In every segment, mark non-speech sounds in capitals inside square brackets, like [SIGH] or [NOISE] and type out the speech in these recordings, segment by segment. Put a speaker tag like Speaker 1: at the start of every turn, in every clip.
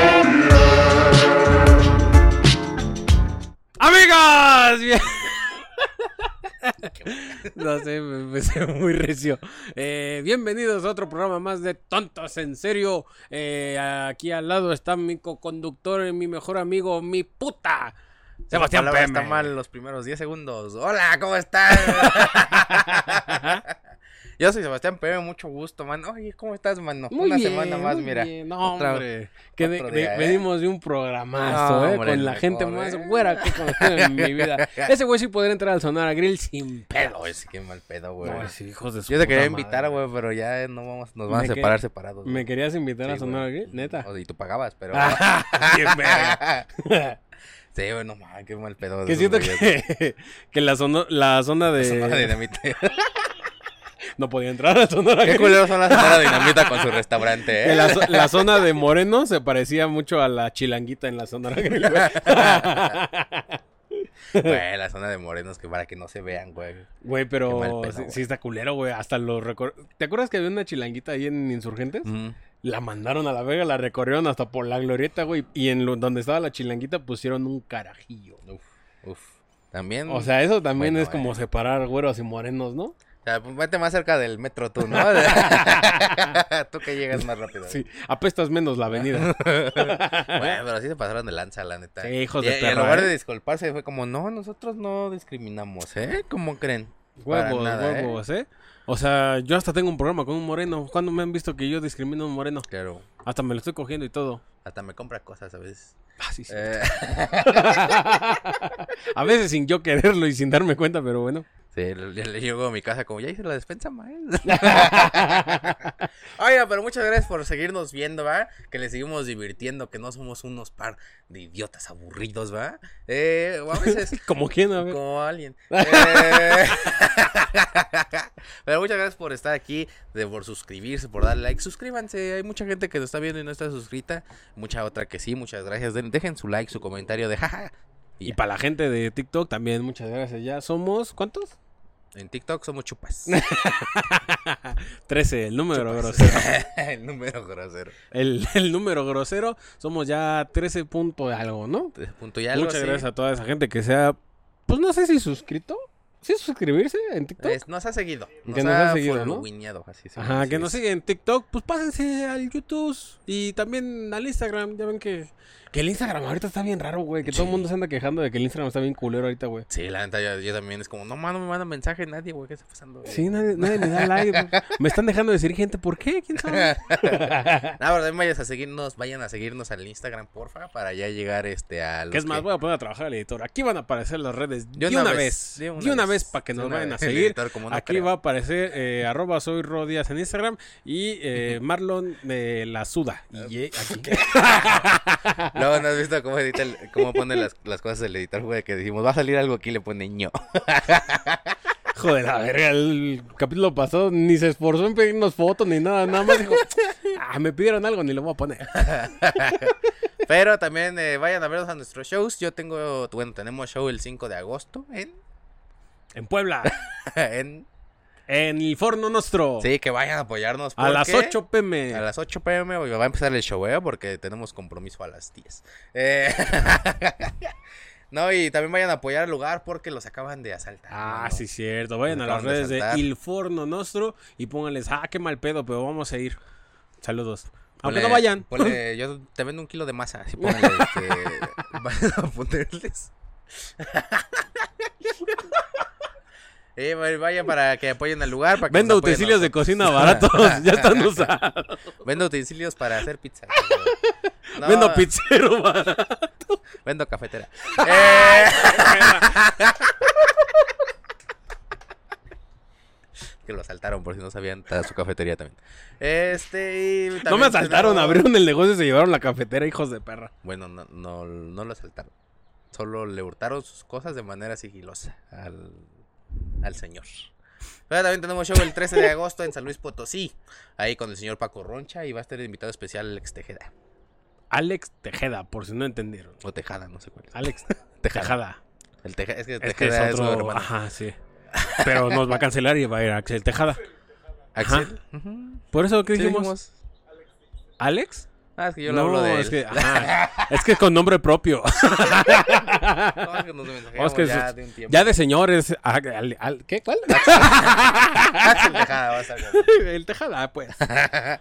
Speaker 1: [LAUGHS] No sé, me empecé muy recio. Eh, bienvenidos a otro programa más de Tontos en Serio. Eh, aquí al lado está mi co-conductor, mi mejor amigo, mi puta. Sebastián
Speaker 2: La palabra
Speaker 1: Pérez.
Speaker 2: está mal los primeros 10 segundos. Hola, ¿cómo estás? [LAUGHS] Yo soy Sebastián Pérez, mucho gusto, mano. Oye, ¿cómo estás, mano?
Speaker 1: Muy
Speaker 2: Una
Speaker 1: bien,
Speaker 2: semana más,
Speaker 1: muy
Speaker 2: mira.
Speaker 1: bien. No,
Speaker 2: Otra-
Speaker 1: hombre. Que de-
Speaker 2: otro
Speaker 1: de-
Speaker 2: día, ¿eh?
Speaker 1: Venimos de un programazo,
Speaker 2: No,
Speaker 1: ¿eh?
Speaker 2: hombre,
Speaker 1: con la
Speaker 2: el
Speaker 1: gente
Speaker 2: mejor,
Speaker 1: más
Speaker 2: ¿eh?
Speaker 1: güera que he conocido en mi
Speaker 2: [LAUGHS]
Speaker 1: vida. Ese güey sí podría entrar al sonar a grill sin
Speaker 2: Pero,
Speaker 1: pedo.
Speaker 2: es que mal pedo, güey.
Speaker 1: No, sí, hijos de su
Speaker 2: Pues, Yo te quería
Speaker 1: puta
Speaker 2: invitar,
Speaker 1: madre.
Speaker 2: güey, pero ya no vamos, nos van
Speaker 1: Me
Speaker 2: a
Speaker 1: que-
Speaker 2: separar separados.
Speaker 1: ¿Me
Speaker 2: güey.
Speaker 1: querías invitar
Speaker 2: Sí,
Speaker 1: a sonar a
Speaker 2: güey.
Speaker 1: grill? Neta.
Speaker 2: O sea, y tú pagabas,
Speaker 1: [LAUGHS]
Speaker 2: pero. [LAUGHS]
Speaker 1: Bien verga.
Speaker 2: sí, bueno, man, qué mal pedo.
Speaker 1: Que
Speaker 2: esos
Speaker 1: siento
Speaker 2: güeyes,
Speaker 1: que, que la, zona, la zona de...
Speaker 2: güey. Sonora
Speaker 1: [LAUGHS]
Speaker 2: dinamita.
Speaker 1: No podía entrar a Sonora
Speaker 2: Qué
Speaker 1: Grill.
Speaker 2: culeros son las sonora dinamita con su restaurante,
Speaker 1: Que
Speaker 2: [LAUGHS] eh.
Speaker 1: la, zo- la zona de Moreno se parecía mucho a la chilanguita en la
Speaker 2: [LAUGHS]
Speaker 1: Sonora Grill, güey.
Speaker 2: Güey, la zona de morenos que para que no se vean, güey.
Speaker 1: Güey,
Speaker 2: Qué
Speaker 1: pero
Speaker 2: mal pedo,
Speaker 1: sí,
Speaker 2: güey.
Speaker 1: sí está culero, güey. Hasta los recor... ¿Te acuerdas que había una chilanguita ahí en Insurgentes?
Speaker 2: Mm.
Speaker 1: La mandaron a la verga, la recorrieron hasta por la glorieta, güey. Y en lo- donde estaba la chilanguita pusieron un carajillo.
Speaker 2: Uf, uf. También.
Speaker 1: O sea, eso también
Speaker 2: Mm. Bueno,
Speaker 1: es como
Speaker 2: eh.
Speaker 1: separar güeros y morenos, ¿no?
Speaker 2: o sea, pues, vete más cerca del metro
Speaker 1: [LAUGHS]
Speaker 2: tú, ¿no? tú que llegas más rápido.
Speaker 1: Sí, apestas menos la avenida.
Speaker 2: Bueno, pero así se pasaron de lanza, la neta.
Speaker 1: Sí, hijos
Speaker 2: y,
Speaker 1: de
Speaker 2: y en
Speaker 1: perra,
Speaker 2: lugar
Speaker 1: ¿eh?
Speaker 2: de disculparse, fue como, no, nosotros no discriminamos, ¿eh? ¿Cómo creen? [LAUGHS] Para
Speaker 1: Huevos,
Speaker 2: nada, ¿eh?
Speaker 1: huevos, ¿eh? O sea, yo hasta tengo un programa con un moreno. ¿Cuándo me han visto que yo discrimino a un moreno?
Speaker 2: Claro.
Speaker 1: Hasta me lo estoy cogiendo y todo.
Speaker 2: Hasta me compra cosas a veces.
Speaker 1: Ah, sí, sí.
Speaker 2: Eh,
Speaker 1: [LAUGHS] A veces sin yo quererlo y sin darme cuenta, pero bueno.
Speaker 2: sí, le, le llego a mi casa como, ya hice la despensa,
Speaker 1: [LAUGHS]
Speaker 2: maestra. Oiga, pero muchas gracias por seguirnos viendo, ¿va? Que le seguimos divirtiendo, que no somos unos par de idiotas aburridos, ¿va? Eh, o a veces
Speaker 1: [LAUGHS] Como quién, a ver.
Speaker 2: Como alguien.
Speaker 1: [LAUGHS]
Speaker 2: Eh, [LAUGHS] Pero muchas gracias por estar aquí, de por suscribirse, por darle like. Suscríbanse, hay mucha gente que nos está viendo y no está suscrita. Mucha otra que sí, muchas gracias. Den- dejen su like, su comentario de jaja.
Speaker 1: Y para la gente de TikTok también, muchas gracias. Ya somos, ¿cuántos?
Speaker 2: En TikTok somos chupas.
Speaker 1: 13, el número
Speaker 2: Chupas.
Speaker 1: [LAUGHS] grosero.
Speaker 2: [LAUGHS] El número grosero.
Speaker 1: El, el número grosero, somos ya 13 punto algo, ¿no?
Speaker 2: Entonces, Punto y algo
Speaker 1: muchas
Speaker 2: así.
Speaker 1: gracias a toda esa gente que sea, pues no sé si suscrito. ¿Sí suscribirse en TikTok?
Speaker 2: Es- nos ha seguido. Nos
Speaker 1: Que nos
Speaker 2: ha,
Speaker 1: ha seguido, ¿no?
Speaker 2: followingueado, así se
Speaker 1: Ajá,
Speaker 2: dice.
Speaker 1: que nos siguen en TikTok, pues pásense al YouTube y también al Instagram. Ya ven que, que el Instagram ahorita está bien raro, güey. Que todo el
Speaker 2: Sí.
Speaker 1: mundo se anda quejando de que el Instagram está bien culero ahorita, güey.
Speaker 2: Sí, la neta, yo, yo también es como, no, mano, me manda mensaje nadie, güey, ¿qué está pasando? güey?"
Speaker 1: Sí, nadie, nadie me da like. [LAUGHS] güey. Me están dejando de decir gente, ¿por qué? ¿Quién sabe?
Speaker 2: Ah, No, pero también vayas a seguirnos, vayan a seguirnos al Instagram, porfa, para ya llegar este a los
Speaker 1: Que es más, voy a poner a trabajar al editor. Aquí van a aparecer las redes de una, vez. De una, vez, [LAUGHS] para que
Speaker 2: de
Speaker 1: nos
Speaker 2: una
Speaker 1: vayan a
Speaker 2: vez. El
Speaker 1: seguir.
Speaker 2: editor, como no
Speaker 1: Aquí
Speaker 2: creo.
Speaker 1: va a aparecer eh, arroba soy Ro Díaz en Instagram y [LAUGHS] eh, Marlon de la Suda. Y eh, aquí.
Speaker 2: Luego Ah. [LAUGHS] no has visto cómo edita el- cómo pone las, las cosas el editor, güey, que decimos, va a salir algo aquí, le pone ño.
Speaker 1: Joder, la verga, el capítulo pasado ni se esforzó en pedirnos fotos ni nada, nada más dijo, ah, me pidieron algo, ni lo voy a poner.
Speaker 2: Pero también eh, vayan a vernos a nuestros shows. Yo tengo, bueno, tenemos show el 5 de agosto en,
Speaker 1: En Puebla,
Speaker 2: en-
Speaker 1: en el forno nuestro,
Speaker 2: sí, que vayan a apoyarnos.
Speaker 1: a las
Speaker 2: porque
Speaker 1: 8 pm.
Speaker 2: A las 8 pm güey, va a empezar el showeo porque tenemos compromiso a las 10. Eh, [LAUGHS] no, y también vayan a apoyar al lugar porque los acaban de asaltar.
Speaker 1: Ah,
Speaker 2: mano.
Speaker 1: sí, cierto. Vayan
Speaker 2: Me
Speaker 1: a las
Speaker 2: acaban de
Speaker 1: redes de
Speaker 2: saltar.
Speaker 1: Il Forno Nostro y pónganles, ah, qué mal pedo, pero vamos a ir. Saludos. Aunque
Speaker 2: Ponle-
Speaker 1: no vayan.
Speaker 2: ponle-
Speaker 1: [LAUGHS]
Speaker 2: yo te vendo un kilo de masa. Así ponle, este, vayan a ponerles. [LAUGHS] Eh, va- vayan para que apoyen al lugar. Para que
Speaker 1: Vendo
Speaker 2: nos apoyen
Speaker 1: utensilios de
Speaker 2: nosotros. [LAUGHS]
Speaker 1: cocina baratos, ya están usados.
Speaker 2: Vendo utensilios para
Speaker 1: [LAUGHS]
Speaker 2: hacer pizza. No,
Speaker 1: Vendo pizzero barato.
Speaker 2: Vendo cafetera. [LAUGHS] Eh, que lo asaltaron por si no sabían. Está su cafetería también. Este. y
Speaker 1: No
Speaker 2: también
Speaker 1: me asaltaron,
Speaker 2: tenemos-
Speaker 1: abrieron el negocio y se llevaron la cafetera, hijos de perra.
Speaker 2: Bueno, no, no, no lo asaltaron. Solo le hurtaron sus cosas de manera sigilosa al, al señor. Pero también tenemos show el 13 de agosto en San Luis Potosí. Ahí con el señor Paco Roncha y va a estar el invitado especial Alex Tejeda.
Speaker 1: Alex Tejeda, por si no entendieron.
Speaker 2: O Tejada, no sé cuál es.
Speaker 1: Alex [LAUGHS]
Speaker 2: Tejada.
Speaker 1: Tejada.
Speaker 2: El Teje- es que
Speaker 1: Es que
Speaker 2: Tejeda
Speaker 1: es
Speaker 2: es su
Speaker 1: otro.
Speaker 2: hermano.
Speaker 1: Ajá, sí. Pero nos va a cancelar y va a ir Axel Tejada.
Speaker 2: Axel. Ujú.
Speaker 1: Por eso, ¿qué
Speaker 2: Sí,
Speaker 1: dijimos?
Speaker 2: dijimos.
Speaker 1: ¿Alex?
Speaker 2: Ah, es que yo
Speaker 1: No,
Speaker 2: le hablo de él.
Speaker 1: es
Speaker 2: [LAUGHS]
Speaker 1: que, ajá, es que es con nombre propio.
Speaker 2: No, es que nos
Speaker 1: [LAUGHS] Oh, Es
Speaker 2: mensajeamos
Speaker 1: que
Speaker 2: ya
Speaker 1: es-
Speaker 2: de un tiempo.
Speaker 1: Ya de señores. ah, al- al- ¿Qué? ¿Cuál? [LAUGHS]
Speaker 2: Axel Tejada Ah, va a estar con-
Speaker 1: El Tejada,
Speaker 2: [LAUGHS]
Speaker 1: pues.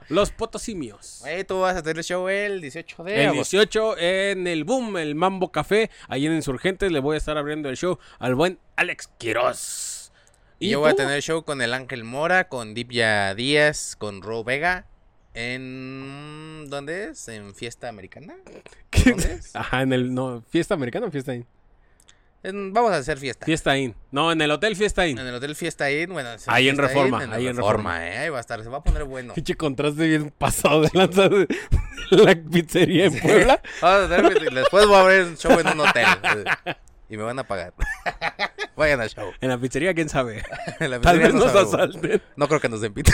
Speaker 1: Los Potosimios.
Speaker 2: Güey, tú vas a tener show el 18 de
Speaker 1: El
Speaker 2: agosto.
Speaker 1: 18 en el Boom, el Mambo Café, ahí en Insurgentes, le voy a estar abriendo el show al buen Alex Quiroz.
Speaker 2: Y yo voy a
Speaker 1: tú? [LAUGHS]
Speaker 2: tener show con el Ángel Mora, con Divya Díaz, con Ro Vega. En. ¿Dónde es? ¿En Fiesta Americana? ¿O ¿Dónde es?
Speaker 1: Ajá, en el no, Fiesta Americana o Fiesta In.
Speaker 2: En- vamos a hacer fiesta.
Speaker 1: Fiesta In. No, en el Hotel Fiesta
Speaker 2: En
Speaker 1: In.
Speaker 2: el Hotel Fiesta Inn, bueno. es
Speaker 1: Ahí en
Speaker 2: Fiesta
Speaker 1: Reforma,
Speaker 2: Inn,
Speaker 1: ahí en
Speaker 2: ¿eh? Ahí va a estar, se va a
Speaker 1: [LAUGHS]
Speaker 2: poner bueno.
Speaker 1: Pinche contraste bien pasado de lanza de la pizzería en Puebla.
Speaker 2: Vamos a tener- después voy a abrir un show en un hotel. eh, Y me van a pagar. [LAUGHS] Vayan al show. [LAUGHS]
Speaker 1: En la pizzería, quién sabe.
Speaker 2: La
Speaker 1: Tal
Speaker 2: pizzería
Speaker 1: vez
Speaker 2: no
Speaker 1: nos
Speaker 2: sabemos.
Speaker 1: asalten.
Speaker 2: No creo que nos den [LAUGHS] pita.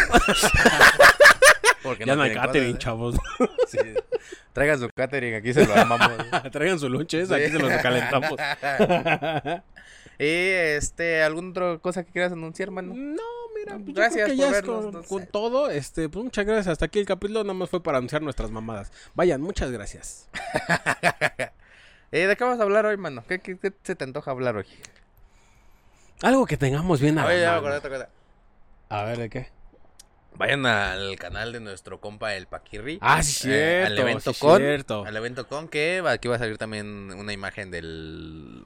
Speaker 2: Porque
Speaker 1: Ya no hay
Speaker 2: tienen
Speaker 1: catering,
Speaker 2: cosas,
Speaker 1: chavos. [LAUGHS]
Speaker 2: ¿eh? Sí. Traigan su catering, aquí se lo armamos.
Speaker 1: Traigan su lunches, aquí
Speaker 2: Sí.
Speaker 1: se los calentamos.
Speaker 2: [LAUGHS] y este, ¿alguna otra cosa que quieras anunciar, hermano?
Speaker 1: No, mira, pues yo
Speaker 2: Gracias
Speaker 1: creo que
Speaker 2: por
Speaker 1: ya es
Speaker 2: vernos,
Speaker 1: con,
Speaker 2: no sé.
Speaker 1: con todo. Este, pues muchas gracias. Hasta aquí el capítulo nada más fue para anunciar nuestras mamadas. Vayan, muchas gracias.
Speaker 2: Eh, ¿De qué vamos a hablar hoy, mano? ¿Qué, qué- qué se te antoja hablar hoy?
Speaker 1: Algo que tengamos bien a la
Speaker 2: Oye, ya me
Speaker 1: mano.
Speaker 2: acordé de otra cosa.
Speaker 1: A ver, ¿de qué?
Speaker 2: Vayan al canal de nuestro compa el Paquirri.
Speaker 1: Ah, sí,
Speaker 2: eh,
Speaker 1: cierto.
Speaker 2: al evento
Speaker 1: sí,
Speaker 2: con.
Speaker 1: cierto.
Speaker 2: Al evento con que va- aquí va a salir también una imagen del.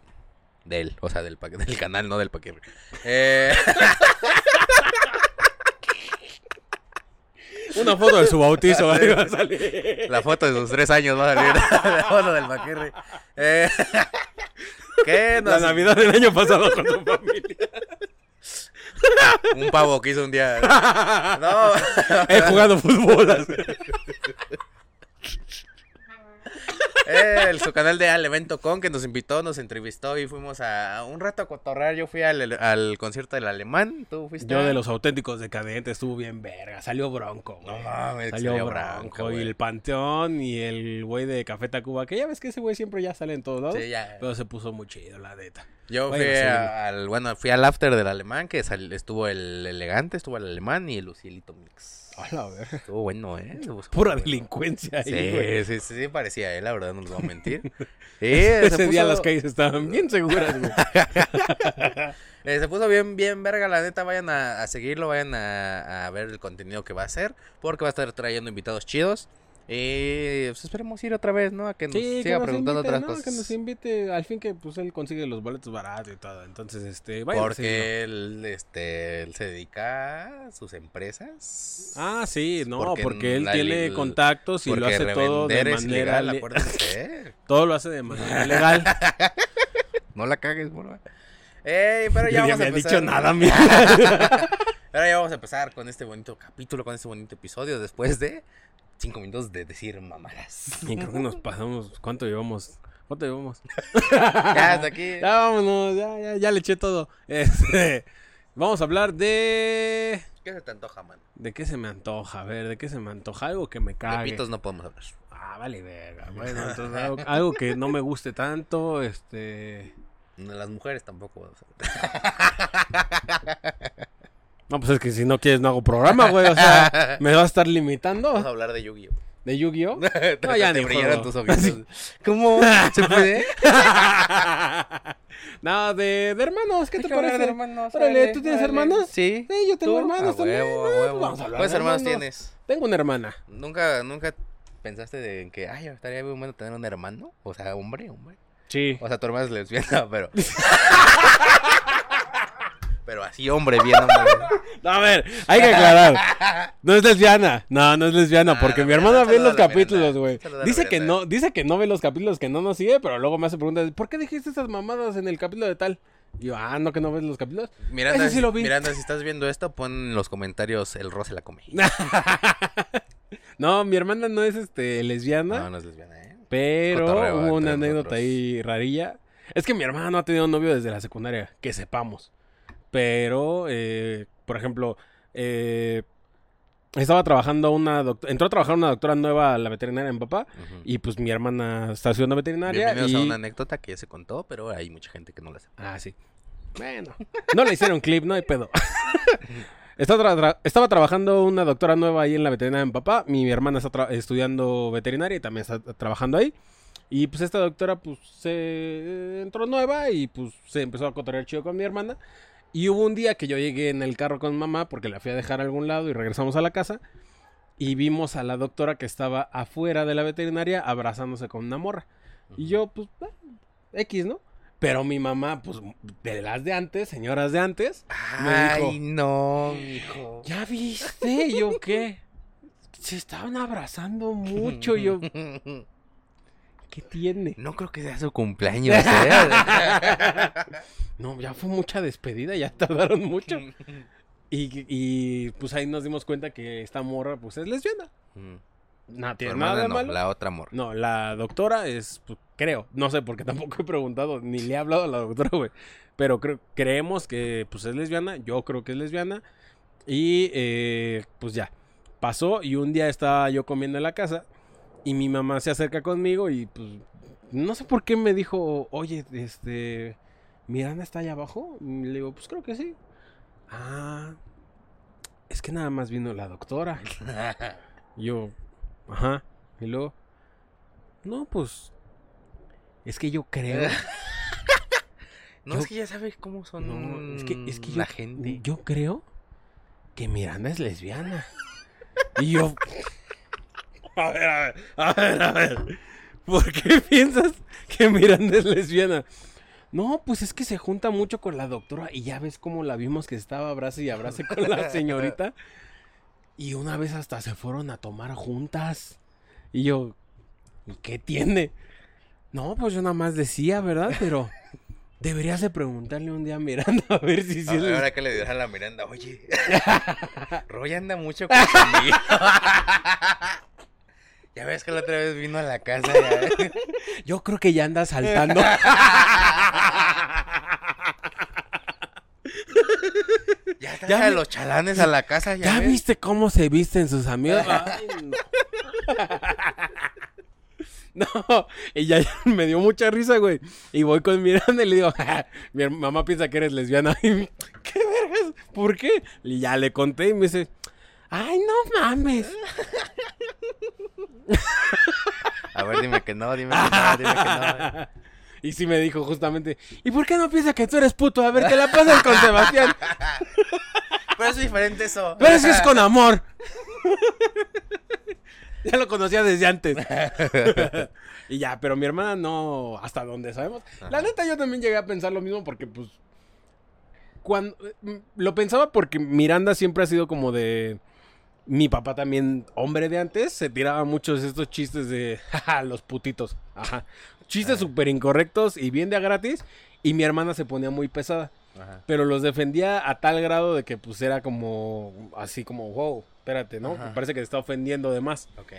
Speaker 2: De él, o sea, del, pa- del canal, no del Paquirri. Eh, [LAUGHS]
Speaker 1: Una foto de su bautizo. [LAUGHS] ahí va a salir.
Speaker 2: La foto de sus tres años va a
Speaker 1: [LAUGHS]
Speaker 2: salir. [LAUGHS] la foto del Paquirri. Eh, [LAUGHS] ¿Qué?
Speaker 1: La
Speaker 2: Nos-
Speaker 1: Navidad del año pasado con su familia.
Speaker 2: [LAUGHS]
Speaker 1: [LAUGHS]
Speaker 2: Un pavo que hizo un día. No. [LAUGHS]
Speaker 1: He jugado fútbol. así.
Speaker 2: Eh, el- su canal de Al Evento Con que nos invitó, nos entrevistó y fuimos a, a un rato a cotorrear. Yo fui al, al concierto del alemán. ¿Tú fuiste?
Speaker 1: Yo de los auténticos decadentes estuvo bien verga. Salió bronco, güey.
Speaker 2: No mames,
Speaker 1: Salió,
Speaker 2: salió
Speaker 1: bronco.
Speaker 2: Bronco,
Speaker 1: y
Speaker 2: güey.
Speaker 1: el panteón y el güey de Café Tacuba. Que ya ves que ese güey siempre ya sale en todos lados.
Speaker 2: Sí, ya.
Speaker 1: Pero se puso muy chido, la neta.
Speaker 2: Yo
Speaker 1: Bueno,
Speaker 2: fui
Speaker 1: sí.
Speaker 2: a- al bueno, fui al after del alemán que sal- estuvo el elegante, estuvo el alemán y el Lucielito Mix.
Speaker 1: Hola, ver.
Speaker 2: Estuvo bueno, eh. Estuvo
Speaker 1: Ah. [LAUGHS] Pura
Speaker 2: bueno.
Speaker 1: delincuencia ahí, [LAUGHS] güey.
Speaker 2: Sí, sí, sí, sí, parecía él, la verdad, no les voy a
Speaker 1: [LAUGHS]
Speaker 2: mentir. Sí,
Speaker 1: Ese
Speaker 2: se
Speaker 1: día
Speaker 2: puso-
Speaker 1: las calles estaban bien seguras,
Speaker 2: [LAUGHS]
Speaker 1: güey.
Speaker 2: Eh, se puso bien, bien verga, la neta, vayan a, a seguirlo, vayan a, a ver el contenido que va a hacer, porque va a estar trayendo invitados chidos. Y pues, esperemos ir otra vez, ¿no? A que nos
Speaker 1: Sí, que
Speaker 2: siga
Speaker 1: nos
Speaker 2: preguntando
Speaker 1: invite,
Speaker 2: otras
Speaker 1: ¿no?
Speaker 2: cosas.
Speaker 1: Que nos invite, al fin que pues él consigue los boletos baratos y todo. Entonces, este, vayan a seguirlo.
Speaker 2: Porque él, este, él se dedica a sus empresas.
Speaker 1: Ah, sí, no, porque,
Speaker 2: Porque
Speaker 1: él
Speaker 2: la-
Speaker 1: tiene
Speaker 2: el-
Speaker 1: contactos y lo
Speaker 2: porque
Speaker 1: hace todo de
Speaker 2: revender es
Speaker 1: manera
Speaker 2: ilegal,
Speaker 1: le-
Speaker 2: acuérdense.
Speaker 1: [LAUGHS] todo lo hace de manera
Speaker 2: [LAUGHS]
Speaker 1: legal.
Speaker 2: No la cagues, morra. Ey, pero
Speaker 1: Yo
Speaker 2: ya
Speaker 1: ni
Speaker 2: vamos a
Speaker 1: había
Speaker 2: empezar.
Speaker 1: dicho nada, [LAUGHS]
Speaker 2: [LAUGHS]
Speaker 1: mira.
Speaker 2: Pero ya vamos a empezar con este bonito capítulo, con este bonito episodio, después de cinco minutos de
Speaker 1: [LAUGHS]
Speaker 2: decir mamadas.
Speaker 1: Y creo que nos pasamos, ¿cuánto llevamos? ¿Cuánto llevamos?
Speaker 2: ya, hasta aquí.
Speaker 1: Ya vámonos, ya, ya, ya le eché todo. [LAUGHS] Este, vamos a hablar de...
Speaker 2: ¿Qué se te antoja, man?
Speaker 1: ¿De qué se me antoja? A ver, ¿de qué se me antoja? Algo que me
Speaker 2: De
Speaker 1: cague.
Speaker 2: pitos no podemos hablar.
Speaker 1: Ah, vale,
Speaker 2: [LAUGHS]
Speaker 1: verga. Bueno, entonces algo, algo que no me guste tanto, este...
Speaker 2: No, Las mujeres tampoco. o
Speaker 1: Oh.
Speaker 2: sea.
Speaker 1: No, pues es que si no quieres no hago programa, güey. O
Speaker 2: [LAUGHS]
Speaker 1: sea, ¿me vas a estar
Speaker 2: Vamos a
Speaker 1: limitando?
Speaker 2: hablar de Yu-Gi-Oh.
Speaker 1: ¿De Yu-Gi-Oh?
Speaker 2: Te-
Speaker 1: [LAUGHS] No, ya
Speaker 2: [LAUGHS] te
Speaker 1: ni
Speaker 2: brillaron
Speaker 1: juego.
Speaker 2: tus ojitos. ¿Cómo? ¿Se [LAUGHS] puede?
Speaker 1: [LAUGHS] Nada, de, de hermanos, ¿qué
Speaker 2: Hay
Speaker 1: te
Speaker 2: que hablar de
Speaker 1: parece?
Speaker 2: hermanos,
Speaker 1: Órale,
Speaker 2: órale,
Speaker 1: ¿tú tienes
Speaker 2: órale.
Speaker 1: hermanos?
Speaker 2: Sí.
Speaker 1: Sí, yo tengo
Speaker 2: ¿Tú?
Speaker 1: hermanos
Speaker 2: A
Speaker 1: también.
Speaker 2: huevo,
Speaker 1: ¿no?
Speaker 2: a
Speaker 1: Pues
Speaker 2: huevo.
Speaker 1: Vamos a hablar
Speaker 2: ¿Cuántos
Speaker 1: de
Speaker 2: hermanos tienes?
Speaker 1: Tengo una hermana.
Speaker 2: ¿Nunca, nunca pensaste de en que, ay, estaría bien bueno tener un hermano? O sea, hombre, hombre.
Speaker 1: Sí.
Speaker 2: O sea, tu hermana es lesbiana, [LAUGHS]
Speaker 1: [LAUGHS]
Speaker 2: pero. pero así, hombre, bien, hombre.
Speaker 1: A ver, hay que aclarar. No es lesbiana. No, no es lesbiana,
Speaker 2: Ah,
Speaker 1: porque
Speaker 2: la
Speaker 1: mi hermana
Speaker 2: Miranda,
Speaker 1: ve los
Speaker 2: saluda a la
Speaker 1: capítulos,
Speaker 2: Miranda,
Speaker 1: güey.
Speaker 2: saluda a la
Speaker 1: Dice que
Speaker 2: Miranda.
Speaker 1: no, dice que no ve los capítulos que no nos sigue, pero luego me hace preguntas, ¿por qué dijiste esas mamadas en el capítulo de tal? Y yo, ah, no que no ves los capítulos.
Speaker 2: Miranda,
Speaker 1: Ese sí lo vi.
Speaker 2: Miranda, si estás viendo esto, pon en los comentarios el roce la come.
Speaker 1: No, mi hermana no es este lesbiana.
Speaker 2: No, no es lesbiana, ¿eh?
Speaker 1: Pero
Speaker 2: Cotorreo
Speaker 1: hubo una
Speaker 2: entre
Speaker 1: anécdota
Speaker 2: nosotros.
Speaker 1: ahí rarilla. Es que mi hermana no ha tenido novio desde la secundaria, que sepamos. Pero, eh, por ejemplo, eh, estaba trabajando una doctora, entró a trabajar una doctora nueva a la veterinaria de mi papá.
Speaker 2: Ujú.
Speaker 1: Y pues mi hermana está haciendo veterinaria.
Speaker 2: Bienvenidos
Speaker 1: y-
Speaker 2: a una anécdota que ya se contó, pero hay mucha gente que no la sabe.
Speaker 1: Ah, sí. Bueno, no le hicieron clip, no hay pedo. Estaba, tra- estaba trabajando una doctora nueva ahí en la veterinaria de mi papá. Mi, hermana está tra- estudiando veterinaria y también está trabajando ahí. Y pues esta doctora pues se entró nueva y pues se empezó a cotorrear chido con mi hermana. Y hubo un día que yo llegué en el carro con mamá porque la fui a dejar a algún lado y regresamos a la casa. Y vimos a la doctora que estaba afuera de la veterinaria abrazándose con una morra. Y yo pues, ah, X, ¿no? Pero mi mamá pues de las de antes, señoras de antes.
Speaker 2: Ay,
Speaker 1: dijo-
Speaker 2: no, mijo.
Speaker 1: ¿Ya viste? ¿Y ¿Yo qué? Se estaban abrazando mucho. y Yo, ¿qué tiene?
Speaker 2: [LAUGHS] No creo que sea su cumpleaños, ¿eh?
Speaker 1: No, ya fue mucha despedida, ya tardaron [LAUGHS] mucho. Y, y, pues ahí nos dimos cuenta que esta morra, pues es lesbiana.
Speaker 2: Mm.
Speaker 1: No,
Speaker 2: Tu
Speaker 1: tiene
Speaker 2: hermana
Speaker 1: nada de
Speaker 2: no,
Speaker 1: malo.
Speaker 2: la
Speaker 1: [LAUGHS]
Speaker 2: otra amor.
Speaker 1: No, la doctora es, pues, creo, no sé, porque [LAUGHS] tampoco he preguntado, ni le he hablado a la doctora, güey. Pero creo, creemos que, pues, es lesbiana, yo creo que es lesbiana. Y, eh, pues, ya, pasó y un día estaba yo comiendo en la casa y mi mamá se acerca conmigo y, pues, no sé por qué me dijo, oye, este, Miranda está allá abajo. Y le digo, pues, creo que sí. Ah, es que nada más vino la doctora. Yo, ajá. Y luego, no, pues, es que yo
Speaker 2: [LAUGHS]
Speaker 1: creo.
Speaker 2: No,
Speaker 1: Yo-
Speaker 2: es que ya sabes cómo son
Speaker 1: no, es que, es que yo,
Speaker 2: Mm, la gente.
Speaker 1: yo creo que Miranda es lesbiana. Y yo, [LAUGHS] a ver, a ver, a ver, a ver. ¿Por qué [LAUGHS] piensas que Miranda es lesbiana? No, pues es que se junta mucho con la doctora y ya ves cómo la vimos que estaba abrazo y abrazo con
Speaker 2: [LAUGHS]
Speaker 1: la señorita. Y una vez hasta se fueron a tomar juntas. Y yo, ¿y qué tiene? No, pues yo nada más decía, ¿verdad? Pero deberías de preguntarle un día a Miranda a ver si sí
Speaker 2: A
Speaker 1: es
Speaker 2: ver,
Speaker 1: lesbiana.
Speaker 2: Ahora que le dirás a la Miranda, oye, [LAUGHS] Roy anda mucho confundido. [LAUGHS] ya ves que la otra vez vino a la casa. ya.
Speaker 1: Yo creo que ya anda saltando.
Speaker 2: [LAUGHS] Ya trae
Speaker 1: Ya
Speaker 2: a
Speaker 1: vi-
Speaker 2: los chalanes a la casa. Ya,
Speaker 1: ¿Ya
Speaker 2: ves.
Speaker 1: viste cómo se visten sus amigos?
Speaker 2: [LAUGHS]
Speaker 1: [LAUGHS] no. y ya, [LAUGHS] ya me dio mucha risa, güey. Y voy con Miranda y le digo, "Ja, mi her- mamá piensa que eres lesbiana. [LAUGHS] Y me, ¿Qué vergas? ¿Por qué? Y ya le conté y me dice, ay, no mames.
Speaker 2: A ver, dime que no, dime que no, dime que no.
Speaker 1: y sí me dijo justamente, ¿y por qué no piensa que tú eres puto? A ver, te la pasas con Sebastián.
Speaker 2: Pero es diferente eso.
Speaker 1: [LAUGHS] Pero eso es con amor. [LAUGHS] ya lo conocía desde antes. [LAUGHS] y ya, pero mi hermana no, hasta donde sabemos. La neta, yo también llegué a pensar lo mismo porque, pues. Cuando, lo pensaba porque Miranda siempre ha sido como de. Mi papá también, hombre de antes, se tiraba muchos de estos chistes de [LAUGHS] "Jaja, los putitos. Ajá. Chistes súper incorrectos y bien de a gratis. Y mi hermana se ponía muy pesada.
Speaker 2: Ajá.
Speaker 1: Pero los defendía a tal grado de que pues era como así como, wow, espérate, ¿no?
Speaker 2: Ajá.
Speaker 1: Parece que te está ofendiendo de más.
Speaker 2: Ok.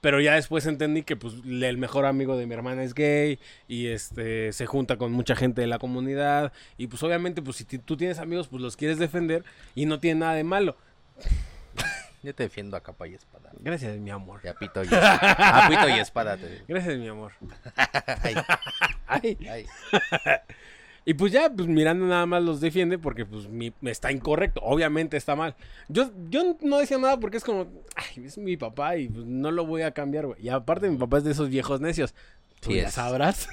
Speaker 1: Pero ya después entendí que pues le- el mejor amigo de mi hermana es gay y este se junta con mucha gente de la comunidad y pues obviamente pues si ti- tú tienes amigos pues los quieres defender y no tiene nada de malo.
Speaker 2: Yo te defiendo a capa y espada.
Speaker 1: Gracias, mi amor.
Speaker 2: Y a pito y espada. A pito y espada. Te...
Speaker 1: Gracias, mi amor.
Speaker 2: [LAUGHS] Ay,
Speaker 1: [LAUGHS] Ay.
Speaker 2: ay. [LAUGHS]
Speaker 1: Y pues ya, pues Miranda nada más los defiende porque pues mi, está incorrecto, obviamente está mal. Yo, yo no decía nada porque es como, ay, es mi papá y pues no lo voy a cambiar, güey. Y aparte mi papá es de esos viejos necios. Tú
Speaker 2: Sí
Speaker 1: ya
Speaker 2: es.
Speaker 1: sabrás.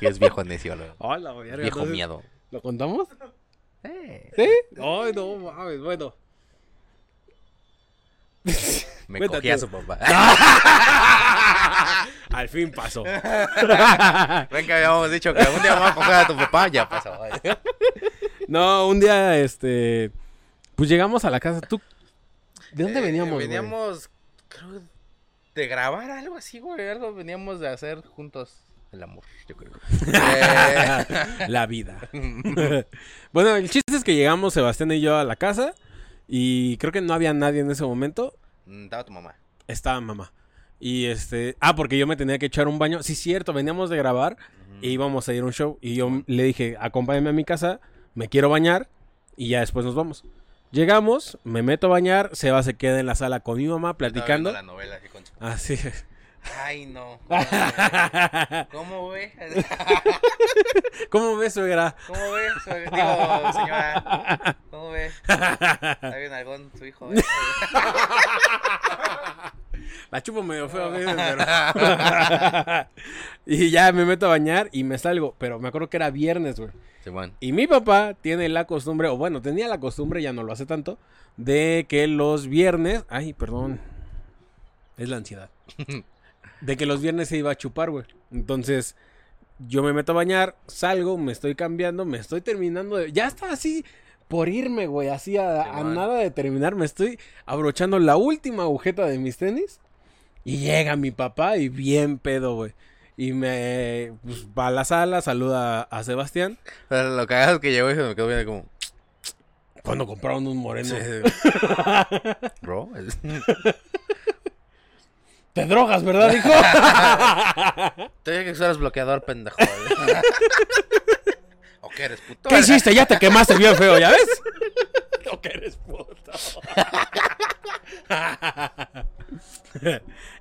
Speaker 2: Sí, es viejo necio. Lo...
Speaker 1: [LAUGHS] Hola, güey.
Speaker 2: Viejo miedo.
Speaker 1: ¿Lo contamos?
Speaker 2: Eh,
Speaker 1: [LAUGHS] ¿Sí? Ay, no mames, bueno.
Speaker 2: me
Speaker 1: Cuéntate.
Speaker 2: cogía a su papá.
Speaker 1: [LAUGHS] Al fin [LAUGHS] pasó.
Speaker 2: [LAUGHS] Ven que habíamos dicho que algún día vamos a coger a tu papá. Ya pues, pasó.
Speaker 1: no, un día, este, pues llegamos a la casa. ¿Tú? ¿De dónde
Speaker 2: Eh,
Speaker 1: veníamos, güey?
Speaker 2: veníamos, creo, de grabar algo así, güey. Algo veníamos de hacer juntos el amor,
Speaker 1: [LAUGHS]
Speaker 2: yo creo. Eh,
Speaker 1: la vida. [LAUGHS] bueno, el chiste es que llegamos Sebastián y yo a la casa y creo que no había nadie en ese momento.
Speaker 2: mm, estaba tu mamá.
Speaker 1: Estaba mamá. Y este, ah, porque yo me tenía que echar un baño. Sí, cierto, veníamos de grabar e íbamos a ir a un show y yo le dije, "Acompáñame a mi casa, me quiero bañar y ya después nos vamos." Llegamos, me meto a bañar, Seba se queda en la sala con mi mamá
Speaker 2: Estaba viendo
Speaker 1: platicando.
Speaker 2: la novela así con su-
Speaker 1: Así es. [LAUGHS]
Speaker 2: Ay, no. ¿Cómo, ¿Cómo ve? [LAUGHS]
Speaker 1: ¿Cómo ves, suegra?
Speaker 2: ¿Cómo ve? su- Digo, señora. ¿Cómo ve? Está bien algón su hijo. ¿eh?
Speaker 1: La chupo medio feo a veces, pero- [LAUGHS] y ya me meto a bañar y me salgo. Pero me acuerdo que era viernes, güey.
Speaker 2: Simón.
Speaker 1: Y mi papá tiene la costumbre, o bueno, tenía la costumbre, ya no lo hace tanto, de que los viernes. Ay, perdón. Es la
Speaker 2: [LAUGHS]
Speaker 1: ansiedad. De que los viernes se iba a chupar, güey. Entonces, yo me meto a bañar, salgo, me estoy cambiando, me estoy terminando de. Ya está así por irme, güey. Así a, a
Speaker 2: Simón.
Speaker 1: nada de terminar. Me estoy abrochando la última agujeta de mis tenis. Y llega mi papá y bien pedo, güey. Y me pues, va a la sala, saluda a- a Sebastián.
Speaker 2: Pero Lo cagado es que llegó y se me quedó viendo como.
Speaker 1: Cuando compraron un moreno.
Speaker 2: [LAUGHS] Bro. es-
Speaker 1: [LAUGHS] Te drogas, ¿verdad, hijo?
Speaker 2: Tenía que usar bloqueador, pendejo. ¿O qué eres
Speaker 1: [LAUGHS]
Speaker 2: puto?
Speaker 1: ¿Qué hiciste? Ya te quemaste bien feo, ¿ya [LAUGHS] ves? No que eres puto. [LAUGHS]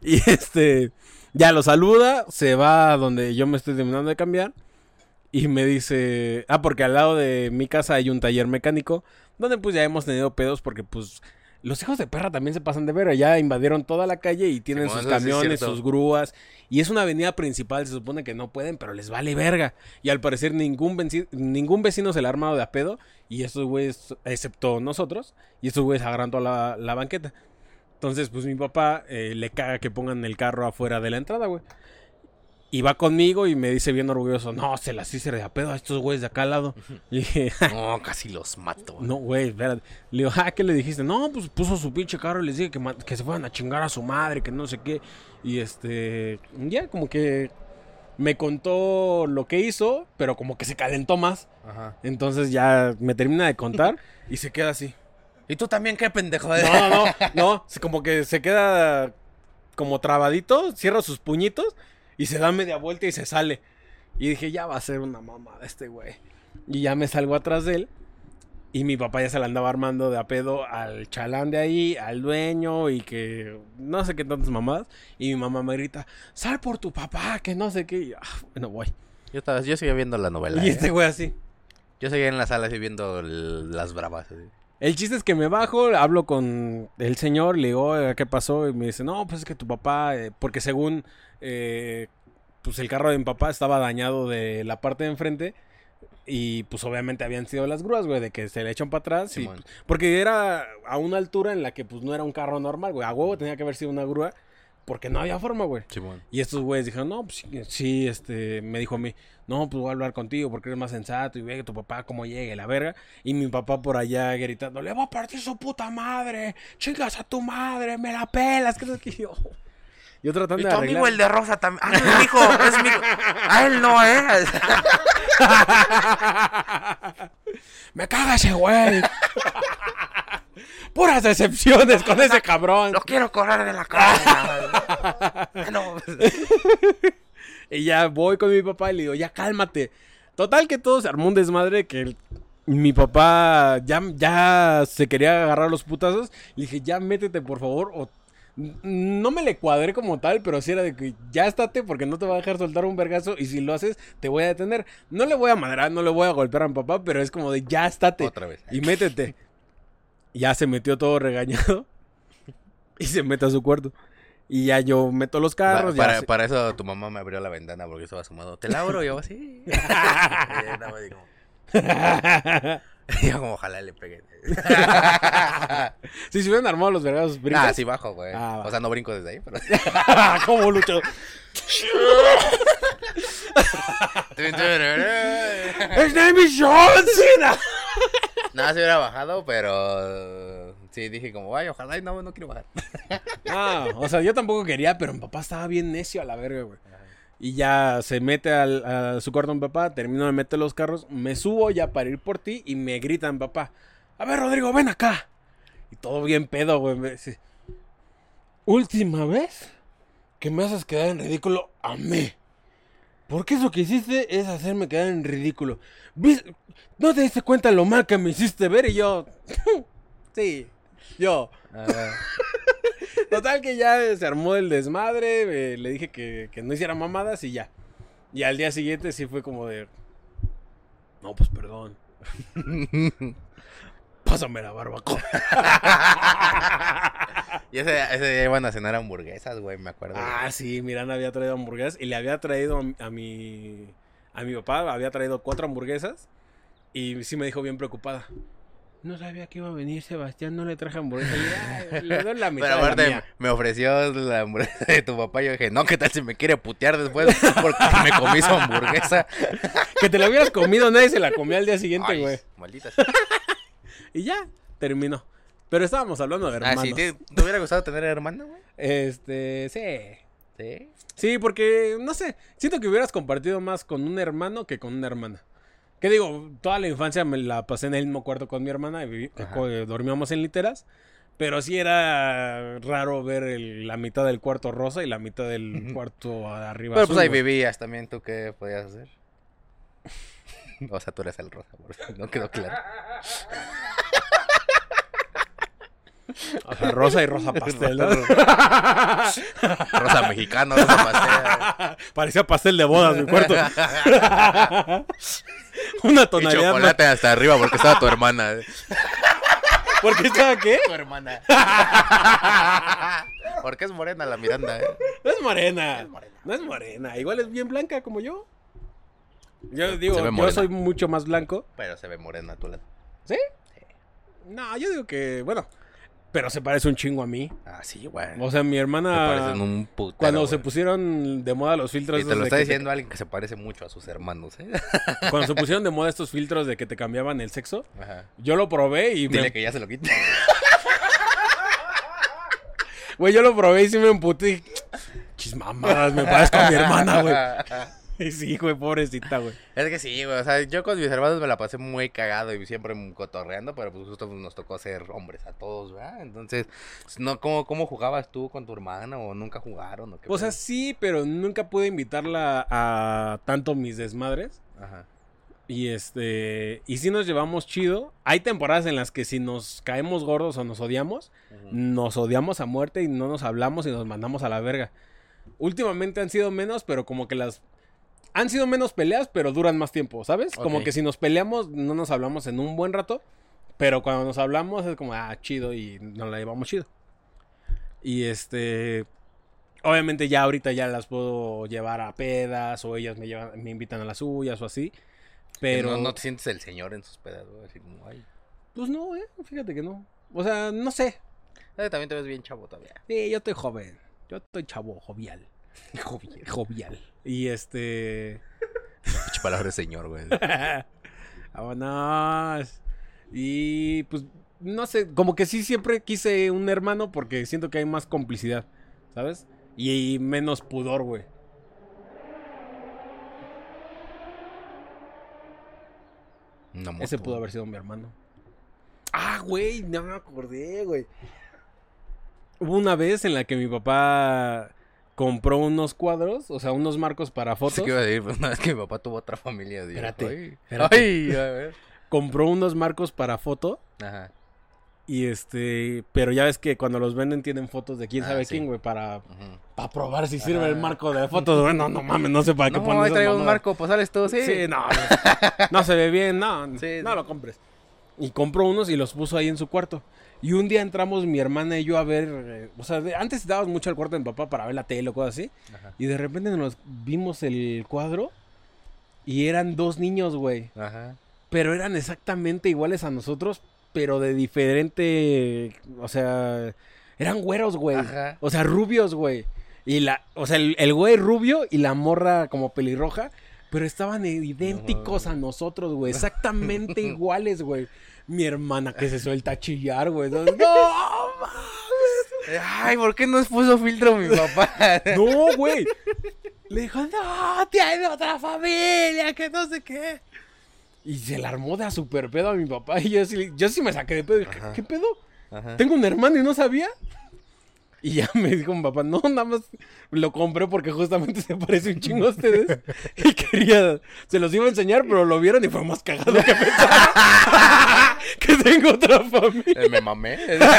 Speaker 1: y este, ya lo saluda, se va a donde yo me estoy terminando de cambiar. Y me dice, ah, porque al lado de mi casa hay un taller mecánico, donde pues ya hemos tenido pedos porque pues los hijos de perra también se pasan de verga, ya invadieron toda la calle y tienen
Speaker 2: Simón,
Speaker 1: sus
Speaker 2: eso sí es
Speaker 1: camiones,
Speaker 2: cierto.
Speaker 1: sus grúas, y es una avenida principal, se supone que no pueden, pero les vale verga. Y al parecer ningún, venci- ningún vecino se le ha armado de a pedo, y estos güeyes, excepto nosotros, y estos güeyes agarran toda la, la banqueta. Entonces, pues mi papá eh, le caga que pongan el carro afuera de la entrada, güey. Y va conmigo y me dice bien orgulloso, no, se las hice de a pedo a estos güeyes de acá al lado. [LAUGHS] Y dije,
Speaker 2: [LAUGHS]
Speaker 1: "Ah,
Speaker 2: No, casi los mato.
Speaker 1: no, güey, espérate. Le digo, ah, ¿qué le dijiste? No, pues puso su pinche carro y les dije que, ma- que se fueran a chingar a su madre, que no sé qué. Y este, ya como que me contó lo que hizo, pero como que se calentó más.
Speaker 2: Ajá.
Speaker 1: Entonces ya me termina de contar y se queda así.
Speaker 2: ¿Y tú también qué, pendejo?
Speaker 1: No, no, no, no, se- como que se queda como trabadito, cierra sus puñitos y se da media vuelta y se sale. Y dije, ya va a ser una mamada este güey. Y ya me salgo atrás de él. Y mi papá ya se la andaba armando de a pedo al chalán de ahí, al dueño y que no sé qué tantas mamadas. Y mi mamá me grita, sal por tu papá, que no sé qué. Y, ah, bueno, voy.
Speaker 2: [LAUGHS] Yo, estaba, yo seguía viendo la novela.
Speaker 1: Y
Speaker 2: ¿eh?
Speaker 1: este güey así.
Speaker 2: Yo seguía en la sala así viendo el- las bravas. así.
Speaker 1: El chiste es que me bajo, hablo con el señor, le digo, "Oiga, ¿qué pasó? Y me dice, no, pues es que tu papá, eh, porque según, eh, pues el carro de mi papá estaba dañado de la parte de enfrente. Y pues obviamente habían sido las grúas, güey, de que se le echan para atrás. y- pues,
Speaker 2: Simón.
Speaker 1: porque era a una altura en la que pues no era un carro normal, güey. A huevo tenía que haber sido una grúa, porque no había forma, güey.
Speaker 2: Simón.
Speaker 1: Y estos güeyes dijeron, no, pues sí, sí, este, me dijo a mí, no, pues voy a hablar contigo porque eres más sensato y ve que tu papá cómo llegue, la verga. Y mi papá por allá gritando, le va a partir su puta madre, chingas a tu madre, me la pelas, que no sé qué. yo. Yo tratando
Speaker 2: Y
Speaker 1: de
Speaker 2: tu amigo
Speaker 1: arreglar.
Speaker 2: el de rosa también. Ah, no, es mi hijo, es mi hijo. A él no, ¿eh? [LAUGHS]
Speaker 1: Me caga ese [LAUGHS] güey. Puras decepciones con ese cabrón.
Speaker 2: Lo quiero correr de
Speaker 1: [LAUGHS]
Speaker 2: la casa. No.
Speaker 1: Y ya voy con mi papá y le digo, ya cálmate. Total que todo se armó un desmadre que el- mi papá ya, ya se quería agarrar los putazos. Le dije, ya métete por favor. O... N- No me le cuadré como tal, pero sí era de que ya estate porque no te va a dejar soltar un vergazo y si lo haces te voy a detener. No le voy a madrar, no le voy a golpear a mi papá, pero es como de ya estate
Speaker 2: Otra vez.
Speaker 1: y métete. Ya se metió todo regañado [LAUGHS] y se mete a su cuarto. Y ya yo meto los
Speaker 2: Pa-
Speaker 1: carros. ya
Speaker 2: para,
Speaker 1: se-
Speaker 2: para eso tu mamá me abrió la ventana porque yo estaba asomado. Te la abro yo
Speaker 1: [LAUGHS]
Speaker 2: así. [LAUGHS] Y yo estaba así como- y [LAUGHS] yo como ojalá le pegue.
Speaker 1: [LAUGHS] Si se hubieran armado los vergados
Speaker 2: Ah,
Speaker 1: [LAUGHS] brincas.
Speaker 2: sí bajo, güey.
Speaker 1: Ah, va.
Speaker 2: o sea, no brinco desde ahí, [LAUGHS] pero.
Speaker 1: ¿Cómo lucho? ¡His name is John Cena!
Speaker 2: Nada, se hubiera bajado, pero. uh, Sí, dije como, ay, ojalá y no, no quiero bajar.
Speaker 1: Ah, o sea, yo tampoco quería, pero mi papá estaba bien necio a la verga, güey. Y ya se mete al, a su cuarto mi papá, termino de meter los carros, me subo ya para ir por ti y me gritan, papá, a ver, Rodrigo, ven acá. Y todo bien pedo, güey. me dice, Última vez que me haces quedar en ridículo a mí. Porque eso que hiciste es hacerme quedar en ridículo. ¿Vis- ¿No te diste cuenta lo mal [LAUGHS]
Speaker 2: Ah.
Speaker 1: que me hiciste ver? Y yo, sí, yo. Total que ya eh, se armó el desmadre, eh, le dije que, que no hiciera mamadas y ya. Y al día siguiente sí fue como de... No, pues perdón. Pásame la
Speaker 2: [LAUGHS]
Speaker 1: barbacoa.
Speaker 2: [LAUGHS] Y ese, ese día iban a cenar hamburguesas, güey, me acuerdo.
Speaker 1: ah, sí, Miranda había traído hamburguesas y le había traído a, a mi... A mi papá había traído cuatro hamburguesas y sí me dijo bien preocupada. No sabía que iba a venir Sebastián, no le traje hamburguesas. Y, "Ay, Le doy la mitad
Speaker 2: Pero
Speaker 1: de la
Speaker 2: aparte
Speaker 1: mía".
Speaker 2: me ofreció la hamburguesa de tu papá. Yo dije, no, ¿qué tal si me quiere putear después? Porque me comí su hamburguesa.
Speaker 1: Que te la hubieras comido, nadie se la comió al día siguiente,
Speaker 2: Ay,
Speaker 1: güey.
Speaker 2: Maldita.
Speaker 1: Y ya, terminó. Pero estábamos hablando de
Speaker 2: Ah,
Speaker 1: hermanos.
Speaker 2: sí, ¿te, te hubiera gustado tener hermana, güey?
Speaker 1: Este, sí.
Speaker 2: Sí.
Speaker 1: Sí, porque, no sé, siento que hubieras compartido más con un hermano que con una hermana. Que digo, toda la infancia me la pasé en el mismo cuarto con mi hermana, y vivi-
Speaker 2: Ajá.
Speaker 1: co- dormíamos en literas, pero sí era raro ver el- la mitad del cuarto rosa y la mitad del
Speaker 2: Ujú.
Speaker 1: cuarto a- arriba.
Speaker 2: Pero pues
Speaker 1: azul,
Speaker 2: ahí
Speaker 1: güey.
Speaker 2: vivías también, ¿tú qué podías hacer? [LAUGHS] O sea, tú eres el rosa, por si no quedó claro.
Speaker 1: O sea, rosa y
Speaker 2: [LAUGHS]
Speaker 1: rosa pastel. ¿no?
Speaker 2: Rosa mexicano, rosa
Speaker 1: [LAUGHS]
Speaker 2: pastel.
Speaker 1: Parecía pastel de bodas mi
Speaker 2: [LAUGHS]
Speaker 1: cuarto. [LAUGHS] Una
Speaker 2: Y
Speaker 1: tonalidad. más-
Speaker 2: chocolate hasta arriba porque estaba tu hermana. ¿eh?
Speaker 1: ¿Por qué estaba qué?
Speaker 2: Tu hermana. [LAUGHS] Porque es morena la Miranda, eh.
Speaker 1: No es morena.
Speaker 2: Es morena.
Speaker 1: No es morena. Igual es bien blanca como yo. Yo digo,
Speaker 2: ve
Speaker 1: yo
Speaker 2: morena.
Speaker 1: soy mucho más blanco.
Speaker 2: Pero se ve morena a tu lado.
Speaker 1: No, yo digo que, bueno. Pero se parece un chingo a mí.
Speaker 2: Ah, sí, güey.
Speaker 1: O sea, mi
Speaker 2: Se
Speaker 1: hermana.
Speaker 2: parecen un putero,
Speaker 1: Cuando se
Speaker 2: güey.
Speaker 1: pusieron de moda los filtros.
Speaker 2: Y te
Speaker 1: esos
Speaker 2: lo
Speaker 1: de
Speaker 2: está
Speaker 1: que te-
Speaker 2: diciendo alguien que se parece mucho a sus hermanos, ¿eh? [LAUGHS]
Speaker 1: cuando se pusieron de moda estos filtros de que te cambiaban el sexo,
Speaker 2: Ajá.
Speaker 1: yo lo probé y me.
Speaker 2: [LAUGHS] Dile que ya se
Speaker 1: [LAUGHS]
Speaker 2: lo quite.
Speaker 1: Güey, yo lo probé y sí me emputé. Chismamadas, me parezco a mi hermana,
Speaker 2: [LAUGHS]
Speaker 1: güey. Y sí, güey, pobrecita, güey.
Speaker 2: Es que sí, güey. O sea, yo con mis hermanos me la pasé muy cagado y siempre cotorreando, pero pues justo nos tocó ser hombres a todos, ¿verdad? Entonces, pues, no, ¿cómo, cómo jugabas tú con tu hermana o nunca jugaron? O, qué
Speaker 1: O sea, sí, pero nunca pude invitarla a tanto mis desmadres.
Speaker 2: pedo? Ajá.
Speaker 1: Y este. Y sí nos llevamos chido. Hay temporadas en las que si nos caemos gordos o nos odiamos,
Speaker 2: Ujú.
Speaker 1: nos odiamos a muerte y no nos hablamos y nos mandamos a la verga. Últimamente han sido menos, pero como que las. Han sido menos peleas, pero duran más tiempo, ¿sabes? Como
Speaker 2: Ok.
Speaker 1: que si nos peleamos, no nos hablamos en un buen rato. Pero cuando nos hablamos es como, ah, chido y nos la llevamos chido. Y este. Obviamente ya ahorita ya las puedo llevar a pedas o ellas me, llevan, me invitan a las suyas o así. Pero...
Speaker 2: No, no te sientes el señor en sus pedazos, güey, así como, ay.
Speaker 1: Pues no, eh, fíjate que no. O sea, no sé.
Speaker 2: Eh, También te ves bien chavo todavía.
Speaker 1: Sí, yo estoy joven. Yo estoy chavo, jovial.
Speaker 2: Joder,
Speaker 1: [LAUGHS] Jovial. Y este.
Speaker 2: [LAUGHS] pinche palabra de señor, güey.
Speaker 1: [LAUGHS] Vámonos. Y pues, no sé, como que sí siempre quise un hermano porque siento que hay más complicidad, ¿sabes? Y, menos pudor, güey.
Speaker 2: Una moto.
Speaker 1: Ese pudo haber sido mi hermano. Ah, güey, no me acordé, güey. Hubo una vez en la que mi papá compró unos cuadros, o sea, unos marcos para fotos.
Speaker 2: Pensé que iba a decir, pero una vez que mi papá tuvo otra familia. dije,
Speaker 1: Espérate,
Speaker 2: ay,
Speaker 1: espérate.
Speaker 2: Ay, a ver.
Speaker 1: Compró unos marcos para foto.
Speaker 2: Ajá.
Speaker 1: Y este, pero ya ves que cuando los venden tienen fotos de quién
Speaker 2: Ah,
Speaker 1: sabe
Speaker 2: sí.
Speaker 1: quién, güey, para,
Speaker 2: ujú.
Speaker 1: para probar si sirve
Speaker 2: Ah.
Speaker 1: el marco de fotos. Güey, no, no mames, no sé para qué ponen
Speaker 2: No, ahí
Speaker 1: esas
Speaker 2: traigo un
Speaker 1: mamadas.
Speaker 2: marco, pues sales tú, sí.
Speaker 1: Sí, no, no, no se ve bien, no,
Speaker 2: Sí.
Speaker 1: no lo compres. Y compró unos y los puso ahí en su cuarto. Y un día entramos mi hermana y yo a ver, eh, o sea, de- antes dábamos mucho al cuarto de mi papá para ver la tele o cosas así.
Speaker 2: Ajá.
Speaker 1: Y de repente nos vimos el cuadro y eran dos niños, güey.
Speaker 2: Ajá.
Speaker 1: pero eran exactamente iguales a nosotros, pero de diferente, o sea, eran güeros, güey.
Speaker 2: Ajá.
Speaker 1: O sea, rubios, güey. Y la, o sea, el, el güey rubio y la morra como pelirroja, pero estaban e-, idénticos
Speaker 2: No.
Speaker 1: a nosotros, güey,
Speaker 2: [LAUGHS]
Speaker 1: exactamente iguales, güey. Mi hermana que se suelta a chillar,
Speaker 2: [LAUGHS]
Speaker 1: güey. No, ¡No, mames!
Speaker 2: Ay, ¿por qué nos puso filtro mi papá?
Speaker 1: No, güey. Le dijo, no, tiene otra familia, que no sé qué. Y se la armó de a super pedo a mi papá. Y yo sí, yo sí me saqué de pedo. ¿Qué,
Speaker 2: Ajá.
Speaker 1: qué pedo?
Speaker 2: [LAUGHS] Ajá.
Speaker 1: Tengo un hermano y no sabía. Y ya me dijo mi papá, no, nada más lo compré porque justamente se parece un chingo a
Speaker 2: [LAUGHS]
Speaker 1: ustedes. Y quería, se los iba a enseñar, pero lo vieron y fue más cagado que pensaba. [LAUGHS] que tengo otra familia. [LAUGHS]
Speaker 2: Eh, Me mamé. Me mamé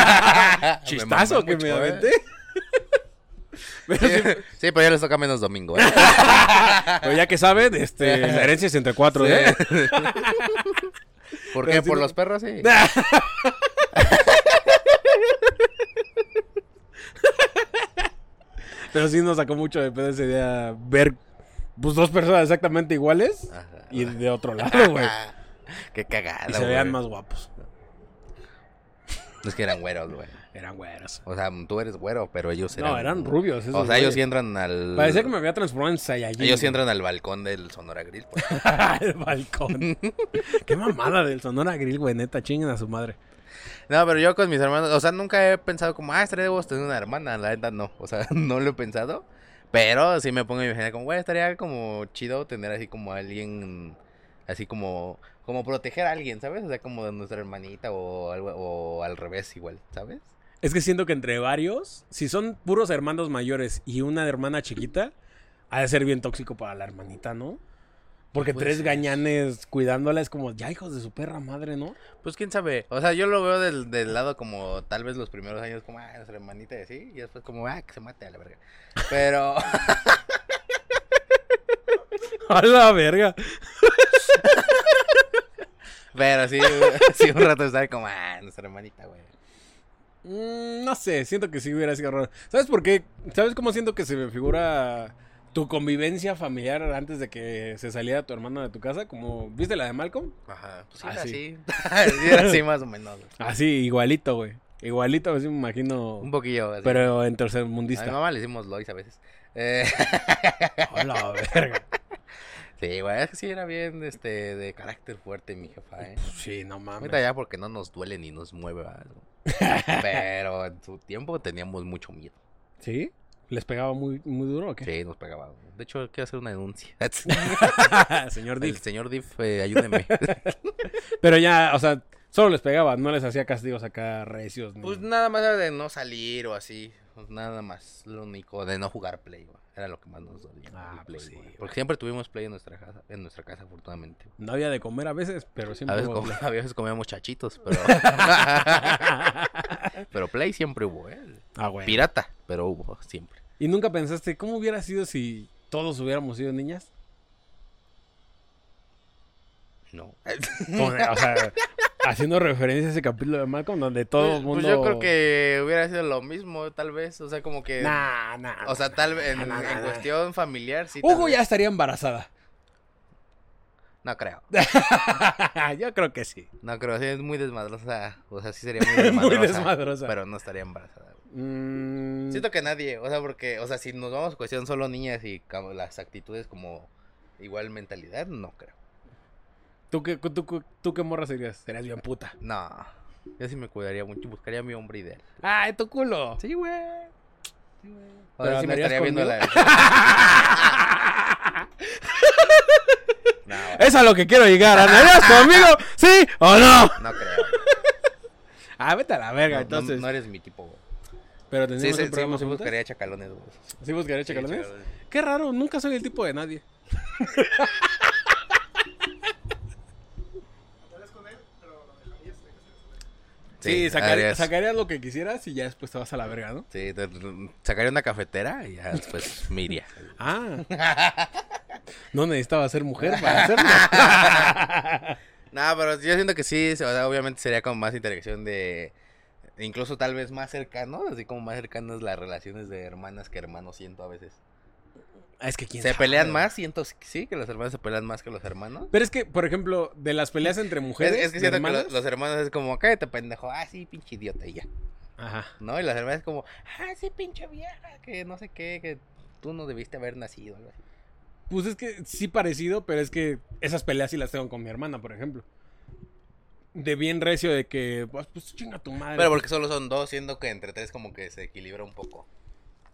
Speaker 1: Chistazo que
Speaker 2: mucho,
Speaker 1: me
Speaker 2: eh.
Speaker 1: aventé. [LAUGHS] Pero
Speaker 2: Sí,
Speaker 1: sí,
Speaker 2: [LAUGHS] sí, pero ya les toca menos domingo.
Speaker 1: [LAUGHS]
Speaker 2: ¿eh?
Speaker 1: pero ya que saben,
Speaker 2: [LAUGHS]
Speaker 1: este, la herencia es entre cuatro,
Speaker 2: Sí.
Speaker 1: ¿eh? [LAUGHS]
Speaker 2: ¿Por
Speaker 1: Pero
Speaker 2: qué?
Speaker 1: sí
Speaker 2: ¿Por
Speaker 1: lo-
Speaker 2: los perros? Sí.
Speaker 1: Pero sí nos sacó mucho de pedo ese día ver pues dos personas exactamente iguales
Speaker 2: Ajá.
Speaker 1: y de otro lado, güey.
Speaker 2: Qué cagada,
Speaker 1: Y se
Speaker 2: Ah, güey.
Speaker 1: vean más guapos.
Speaker 2: No es que eran güeros, güey.
Speaker 1: Eran güeros.
Speaker 2: O sea, tú eres güero, pero ellos eran...
Speaker 1: No, eran rubios. esos
Speaker 2: O sea, ellos
Speaker 1: güeyes.
Speaker 2: sí entran al...
Speaker 1: Parecía que me había transformado en Saiyajin.
Speaker 2: Ellos sí entran al balcón del Sonora Grill. pues.
Speaker 1: [LAUGHS] Al
Speaker 2: [LAUGHS]
Speaker 1: balcón. Qué mamada del Sonora Grill, güey. Neta, chinguen a su madre.
Speaker 2: No, pero yo con mis hermanos, o sea, nunca he pensado como, ah, estaría de vos tener una hermana, la neta no, o sea, [LAUGHS] no lo he pensado, pero sí me pongo a imaginar como, güey, estaría como chido tener así como a alguien, así como, como proteger a alguien, ¿sabes? O sea, como de nuestra hermanita o algo, o al revés igual, ¿sabes?
Speaker 1: Es que siento que entre varios, si son puros hermanos mayores y una hermana chiquita, ha de ser bien tóxico para la hermanita, ¿no? Porque
Speaker 2: Pues
Speaker 1: tres
Speaker 2: sí.
Speaker 1: gañanes cuidándola es como, ya hijos de su perra madre, ¿no?
Speaker 2: Pues quién sabe, o sea, yo lo veo del, del lado como tal vez los primeros años como, ah, nuestra hermanita y así, y después como, ah, que se mate a la verga. Pero... [LAUGHS]
Speaker 1: [LAUGHS] A la verga.
Speaker 2: Pero sí, sí un rato estar como, ah, nuestra hermanita, güey.
Speaker 1: Mm, no sé, siento que sí hubiera sido raro. ¿Sabes por qué? ¿Sabes cómo siento que se me figura tu convivencia familiar antes de que se saliera tu hermana de tu casa? Como, ¿viste la de Malcolm?
Speaker 2: Ajá. Pues sí, Ah,
Speaker 1: Ah,
Speaker 2: era
Speaker 1: sí.
Speaker 2: así. [LAUGHS] Sí, era así más o menos. güey.
Speaker 1: Así, Ah, igualito, güey. Igualito, así me
Speaker 2: Un
Speaker 1: imagino.
Speaker 2: poquillo. Así.
Speaker 1: Pero en
Speaker 2: a mi
Speaker 1: tercermundista.
Speaker 2: mamá le decimos Lois a veces. Eh, [LAUGHS]
Speaker 1: [LAUGHS] A la verga.
Speaker 2: sí, güey, es que sí era bien este, de carácter fuerte mi jefa, ¿eh?
Speaker 1: Sí, no mames.
Speaker 2: Ahorita ya porque no nos duele ni nos mueve [LAUGHS] algo. Pero en su tiempo teníamos mucho miedo.
Speaker 1: ¿Sí? ¿Les pegaba muy, muy duro o qué?
Speaker 2: Sí, nos pegaba. De hecho, quiero hacer una denuncia.
Speaker 1: [LAUGHS]
Speaker 2: [LAUGHS]
Speaker 1: Señor
Speaker 2: El
Speaker 1: Dick.
Speaker 2: señor Diff, eh, ayúdeme. Pues-
Speaker 1: Pero ya, o sea, solo les pegaba, no les hacía castigos acá recios. ni-
Speaker 2: [LAUGHS] [LAUGHS] Pues nada más era de no salir o así. pues Nada más. Lo único, de no jugar Play, güey. Era lo que más nos dolía.
Speaker 1: Ah, pues
Speaker 2: el Play,
Speaker 1: sí,
Speaker 2: güey.
Speaker 1: güey.
Speaker 2: Porque siempre tuvimos Play en nuestra casa, en nuestra casa afortunadamente. güey.
Speaker 1: No había de comer a veces, pero
Speaker 2: A
Speaker 1: siempre.
Speaker 2: veces,
Speaker 1: hubo
Speaker 2: com- [LAUGHS] a veces comíamos chachitos,
Speaker 1: [LAUGHS]
Speaker 2: pero... [LAUGHS] pero Play siempre hubo, ¿eh?
Speaker 1: Ah, güey.
Speaker 2: Pirata, pero hubo siempre.
Speaker 1: ¿Y nunca pensaste cómo hubiera sido si todos hubiéramos sido niñas?
Speaker 2: No.
Speaker 1: Como
Speaker 2: [LAUGHS]
Speaker 1: de- O sea, haciendo referencia a ese capítulo de Malcolm donde todo el
Speaker 2: Pues-
Speaker 1: mundo...
Speaker 2: Pues yo creo que hubiera sido lo mismo, tal vez. O sea, como que...
Speaker 1: Nah, nah.
Speaker 2: O sea, tal vez en,
Speaker 1: nah, nah,
Speaker 2: en
Speaker 1: nah.
Speaker 2: cuestión familiar, sí. tal
Speaker 1: Hugo
Speaker 2: vez.
Speaker 1: ya estaría embarazada.
Speaker 2: No creo.
Speaker 1: [LAUGHS] yo creo que sí.
Speaker 2: No creo, sí, es muy desmadrosa. O sea,
Speaker 1: [LAUGHS]
Speaker 2: sí sería muy
Speaker 1: Muy
Speaker 2: desmadrosa.
Speaker 1: desmadrosa.
Speaker 2: Pero no estaría embarazada. güey.
Speaker 1: Mm,
Speaker 2: Siento que nadie, o sea, porque, o sea, si nos vamos a cuestión solo niñas y como las actitudes como igual mentalidad, no creo.
Speaker 1: ¿tú, qué, tú, tú- tú qué morra serías? Serías bien puta.
Speaker 2: No. Yo sí me cuidaría mucho, buscaría a mi hombre ideal.
Speaker 1: ¡Ay, tu culo!
Speaker 2: Sí, güey. Sí, güey.
Speaker 1: ¿Pero
Speaker 2: Ahora sí me
Speaker 1: andarías
Speaker 2: estaría viendo la. No, güey,
Speaker 1: [LAUGHS] Es a lo que quiero llegar. ¿Andarías conmigo? ¿Sí o no? [LAUGHS]
Speaker 2: no creo.
Speaker 1: Ah, vete a la verga,
Speaker 2: No, no,
Speaker 1: entonces.
Speaker 2: no eres mi tipo, güey.
Speaker 1: Pero tendríamos
Speaker 2: Sí, sí,
Speaker 1: un programa
Speaker 2: sí, sí
Speaker 1: juntas?
Speaker 2: buscaría chacalones, güey.
Speaker 1: ¿Sí buscaré
Speaker 2: Sí,
Speaker 1: chacalones? Qué raro, nunca soy el tipo de nadie. Sí, sacaría,
Speaker 2: harías-
Speaker 1: sacarías lo que quisieras y ya después te vas a la verga, ¿no?
Speaker 2: Sí, te- sacaría una cafetera y
Speaker 1: [LAUGHS]
Speaker 2: ya después me iría.
Speaker 1: Ah. [LAUGHS] No necesitaba ser mujer [LAUGHS] para hacerlo.
Speaker 2: No, pero yo siento que sí, o sea, obviamente sería como más interacción de... Incluso tal vez más cercano, así como más cercanas las relaciones de hermanas que hermanos siento a veces.
Speaker 1: es que quién
Speaker 2: ¿Se
Speaker 1: sabe,
Speaker 2: pelean
Speaker 1: güey.
Speaker 2: más? Siento que sí, que los hermanos se pelean más que los hermanos.
Speaker 1: Pero es que, por ejemplo, de las peleas entre
Speaker 2: Es,
Speaker 1: mujeres.
Speaker 2: es
Speaker 1: de
Speaker 2: que siento que lo-
Speaker 1: hermanas-
Speaker 2: los, hermanos es como, cállate pendejo, ah sí, pinche idiota y ya.
Speaker 1: Ajá.
Speaker 2: ¿No? Y las hermanas es como, ah sí, pinche vieja, que no sé qué, que tú no debiste haber nacido. algo así.
Speaker 1: Pues es que sí parecido, pero es que esas peleas sí las tengo con mi hermana, por ejemplo. De bien recio de que, pues, pues, chinga tu madre.
Speaker 2: Pero porque solo son dos, siento que entre tres como que se equilibra un poco.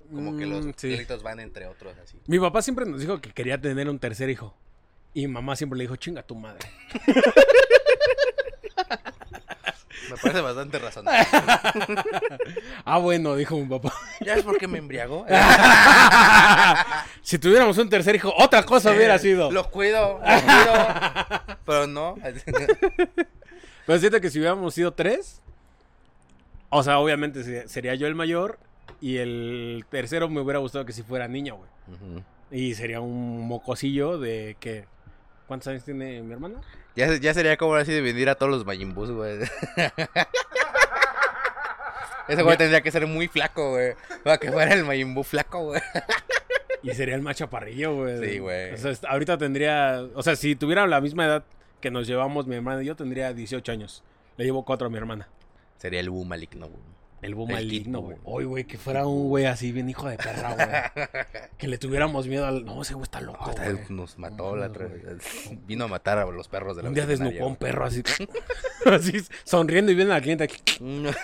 Speaker 2: Como que los
Speaker 1: Mm, sí.
Speaker 2: pleitos van entre otros así.
Speaker 1: Mi papá siempre nos dijo que quería tener un tercer hijo. Y mi mamá siempre le dijo, chinga tu madre.
Speaker 2: Me parece bastante razonable.
Speaker 1: Ah, bueno, dijo mi papá.
Speaker 2: [LAUGHS] ¿Ya es porque me [LAUGHS] embriagó? Ah,
Speaker 1: si tuviéramos un tercer hijo, otra cosa
Speaker 2: Eh,
Speaker 1: hubiera sido.
Speaker 2: Los cuido, los [LAUGHS] cuido. pero no.
Speaker 1: Pero siento que si hubiéramos sido tres, o sea, obviamente se- sería yo el mayor Y el tercero me hubiera gustado que si fuera niña, güey.
Speaker 2: Ujú.
Speaker 1: Y sería un mocosillo de que. ¿Cuántos años tiene mi hermana?
Speaker 2: ya, se- ya sería como así de venir a todos los Majin Buus, [LAUGHS] güey. Ese güey tendría que ser muy flaco, güey. Para que fuera el Majin Buu flaco, güey.
Speaker 1: Y sería el más chaparrillo, güey.
Speaker 2: Sí, güey.
Speaker 1: O sea, est- ahorita tendría. O sea, si tuviera la misma edad que nos llevamos mi hermana y yo, tendría 18 años. Le llevo 4 a mi hermana.
Speaker 2: Sería el Buu maligno, güey.
Speaker 1: El boom
Speaker 2: El
Speaker 1: maligno,
Speaker 2: Kid
Speaker 1: güey.
Speaker 2: Buu.
Speaker 1: Oye, güey, que fuera un güey así, bien hijo de perra, güey.
Speaker 2: [LAUGHS]
Speaker 1: que le tuviéramos miedo al. No, ese güey está loco.
Speaker 2: No, esta
Speaker 1: güey.
Speaker 2: vez nos mató
Speaker 1: No,
Speaker 2: la
Speaker 1: no,
Speaker 2: otra
Speaker 1: güey.
Speaker 2: vez. Vino a matar a los perros de la
Speaker 1: Un día
Speaker 2: veterinaria,
Speaker 1: desnucó a un perro
Speaker 2: [LAUGHS]
Speaker 1: así. [LAUGHS] así, sonriendo y viendo al cliente aquí.
Speaker 2: güey. [LAUGHS]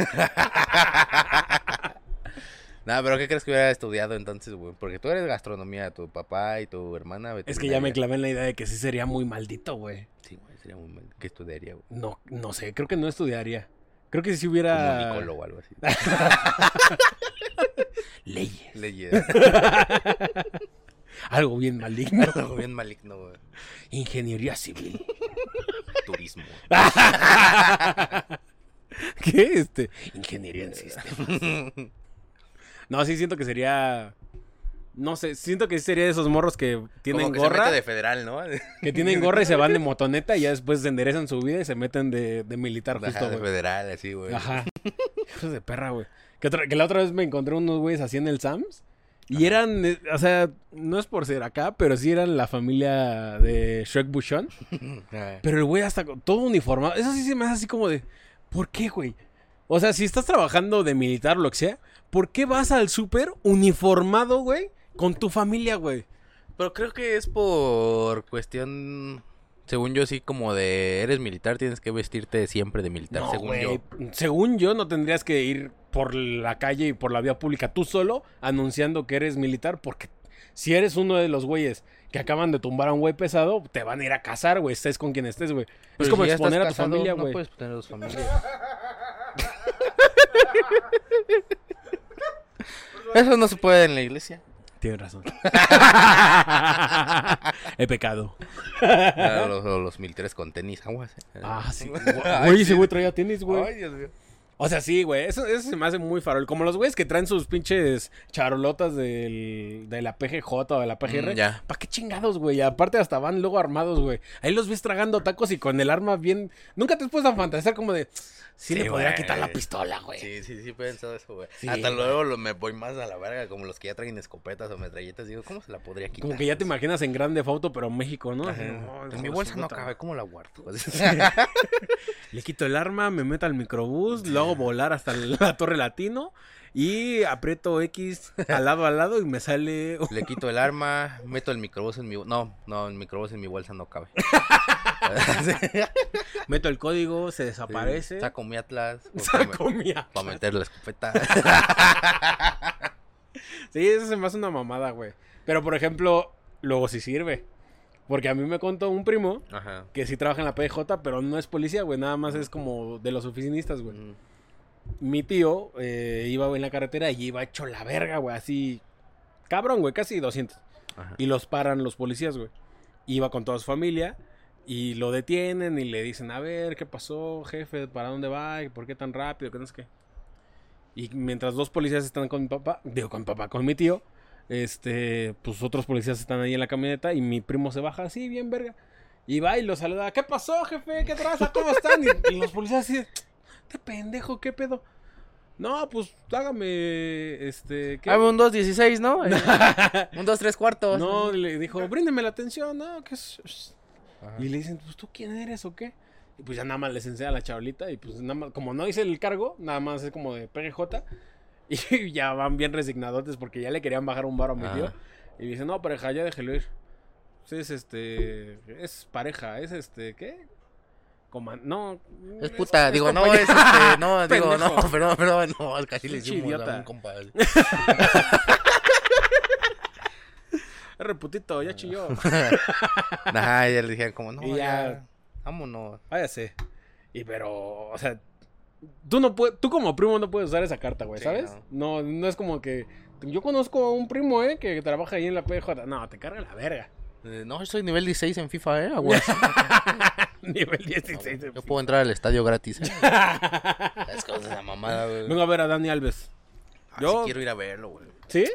Speaker 2: Nah, pero ¿qué crees que hubiera estudiado entonces, güey? Porque tú eres gastronomía, tu papá y tu hermana.
Speaker 1: Es que ya me
Speaker 2: veterinaria.
Speaker 1: clavé en la idea de que sí sería muy maldito, güey.
Speaker 2: Sí, güey, sería muy mal. ¿Qué estudiaría, güey?
Speaker 1: No, no sé, creo que no estudiaría. Creo que si
Speaker 2: Como
Speaker 1: hubiera.
Speaker 2: Nicolo o algo así.
Speaker 1: [LAUGHS] Leyes.
Speaker 2: Leyes. [LAUGHS]
Speaker 1: Algo bien maligno.
Speaker 2: [LAUGHS] Algo bien maligno, güey.
Speaker 1: Ingeniería
Speaker 2: [LAUGHS]
Speaker 1: civil. [LAUGHS]
Speaker 2: Turismo.
Speaker 1: ¿Qué? Este. Ingeniería
Speaker 2: Eh,
Speaker 1: en sistemas.
Speaker 2: [LAUGHS]
Speaker 1: No, sí, siento que sería. No sé, siento que sí sería de esos morros que tienen
Speaker 2: Como que se
Speaker 1: gorra.
Speaker 2: mete de federal, ¿no? [LAUGHS]
Speaker 1: Que tienen gorra y se van de motoneta y ya después se enderezan su vida y se meten de, de militar
Speaker 2: Ajá,
Speaker 1: justo,
Speaker 2: de
Speaker 1: güey.
Speaker 2: federal, así, güey. [LAUGHS]
Speaker 1: Ajá. Hijos de perra, güey. Que, otra- que la otra vez me encontré unos güeyes así en el Sams. Y eran, eh, o sea, no es por ser acá, pero sí eran la familia de Shrek Bushon.
Speaker 2: Ajá.
Speaker 1: Pero el güey hasta con- todo uniformado. Eso sí se me hace así como de, ¿por qué, güey? O sea, si estás trabajando de militar o lo que sea, ¿por qué vas al súper uniformado, güey? Con tu familia, güey.
Speaker 2: Pero creo que es por cuestión, según yo, sí, como de eres militar, tienes que vestirte siempre de militar,
Speaker 1: No,
Speaker 2: según
Speaker 1: güey.
Speaker 2: yo.
Speaker 1: Según yo, no tendrías que ir por la calle y por la vía pública tú solo anunciando que eres militar, porque si eres uno de los güeyes que acaban de tumbar a un güey pesado, te van a ir a cazar, güey, estés con quien estés, güey. Es
Speaker 2: Pero
Speaker 1: como
Speaker 2: si Pues ya estás
Speaker 1: exponer a tu
Speaker 2: casado,
Speaker 1: familia, güey.
Speaker 2: No puedes exponer a tus familias. [LAUGHS] Eso no se puede en la iglesia.
Speaker 1: Tienes
Speaker 2: [LAUGHS]
Speaker 1: razón. He pecado.
Speaker 2: Ah, los, los, los militares con tenis, aguas. eh.
Speaker 1: Ah, sí.
Speaker 2: Ay,
Speaker 1: Güey, ese güey traía tenis, güey.
Speaker 2: Ay, Dios mío.
Speaker 1: O sea, sí, güey. Eso, eso se me hace muy farol. Como los güeyes que traen sus pinches charolotas del, de la PGJ o de la PGR.
Speaker 2: Mm, ya.
Speaker 1: ¿Para qué chingados, güey? Aparte hasta van luego armados, güey. Ahí los ves tragando tacos y con el arma bien... Nunca te has puesto a fantasear como de... Sí,
Speaker 2: Sí,
Speaker 1: le podría
Speaker 2: güey.
Speaker 1: quitar la pistola, güey.
Speaker 2: Sí, pues. sí, sí, he pensado eso, güey.
Speaker 1: Sí,
Speaker 2: Hasta
Speaker 1: güey.
Speaker 2: luego lo- me voy más a la verga, como los que ya traen escopetas o metralletas. Digo, ¿cómo se la podría quitar?
Speaker 1: Como que ya te imaginas en grande foto, pero México, ¿no?
Speaker 2: Ajá.
Speaker 1: Así, Pues no, hijo
Speaker 2: en mi
Speaker 1: de
Speaker 2: bolsa
Speaker 1: su
Speaker 2: no
Speaker 1: puta
Speaker 2: cabe, ¿cómo la guardo? [LAUGHS]
Speaker 1: Le quito el arma, me meto al microbús, lo hago volar hasta la [LAUGHS] Torre Latino y aprieto X al lado al lado y me sale... [LAUGHS]
Speaker 2: Le quito el arma, meto el microbús en mi... bol- No, no, el microbús en mi bolsa no [LAUGHS] cabe.
Speaker 1: Meto el código, se desaparece.
Speaker 2: Saco mi atlas.
Speaker 1: Saco mi
Speaker 2: [LAUGHS]
Speaker 1: arma.
Speaker 2: Para meter la escopeta.
Speaker 1: Sí, eso se me hace una mamada, güey. Pero, por ejemplo, luego sí sirve. Porque a mí me contó un primo
Speaker 2: Ajá.
Speaker 1: que sí trabaja en la PJ, pero no es policía, güey. Nada más es como de los oficinistas, güey.
Speaker 2: Mm,
Speaker 1: Mi tío eh, iba güey, en la carretera y iba hecho la verga, güey. Así, cabrón, güey. Casi 200.
Speaker 2: Ajá.
Speaker 1: Y los paran los policías, güey. Iba con toda su familia y lo detienen y le dicen, a ver, ¿qué pasó, jefe? ¿Para dónde va? ¿Por qué tan rápido? ¿Qué no sé qué? Y mientras dos policías están con mi papá, digo con mi papá, con mi tío, este, pues otros policías están ahí en la camioneta y mi primo se baja así, bien verga. Y va y lo saluda, ¿qué pasó, jefe? ¿Qué traza? ¿Cómo están? Y, y los policías así, este pendejo, ¿qué pedo? No, pues hágame, este, ¿qué?
Speaker 2: Dame un 2.16, [LAUGHS] ¿no? Eh, un 2 3 cuartos.
Speaker 1: No, le dijo, bríndeme la atención, no, que es...
Speaker 2: Ajá.
Speaker 1: Y le dicen, pues tú quién eres o qué. Y pues ya nada más les enseña la charolita y pues nada más, como no hice el cargo, nada más es como de PGJ. [LAUGHS] Y ya van bien resignadotes porque ya le querían bajar un bar a mi
Speaker 2: Ajá.
Speaker 1: tío. Y dice, no, pareja, ya déjelo ir. Pues es este, es pareja, es este, ¿qué? Coman no.
Speaker 2: Es puta, digo, no,
Speaker 1: compañera.
Speaker 2: es
Speaker 1: [LAUGHS]
Speaker 2: este, no, digo, no,
Speaker 1: Pendejo.
Speaker 2: [LAUGHS] perdón, perdón, no, casi le
Speaker 1: Pinche
Speaker 2: hicimos
Speaker 1: idiota.
Speaker 2: a un compadre.
Speaker 1: Reputito, ya chilló.
Speaker 2: [LAUGHS] Ajá, y ya le dijeron como, no,
Speaker 1: Y
Speaker 2: ya,
Speaker 1: ya.
Speaker 2: vámonos.
Speaker 1: Váyase. Ah, Y pero, o sea, tú no puedes, tú como primo no puedes usar esa carta, güey,
Speaker 2: Sí,
Speaker 1: ¿sabes? No. no, es como que yo conozco a un primo, eh, que trabaja ahí en la PJ. No, te carga la verga. [LAUGHS]
Speaker 2: Eh, No, yo soy nivel 16 en FIFA, ¿eh? Aguas.
Speaker 1: Nivel 16.
Speaker 2: Yo
Speaker 1: [LAUGHS]
Speaker 2: [LAUGHS] puedo entrar al estadio gratis. ¿eh? Es cosa de esa mamada, güey.
Speaker 1: Vengo a ver a Dani Alves.
Speaker 2: Ah, sí
Speaker 1: Yo-
Speaker 2: quiero ir a verlo, güey.
Speaker 1: ¿Sí?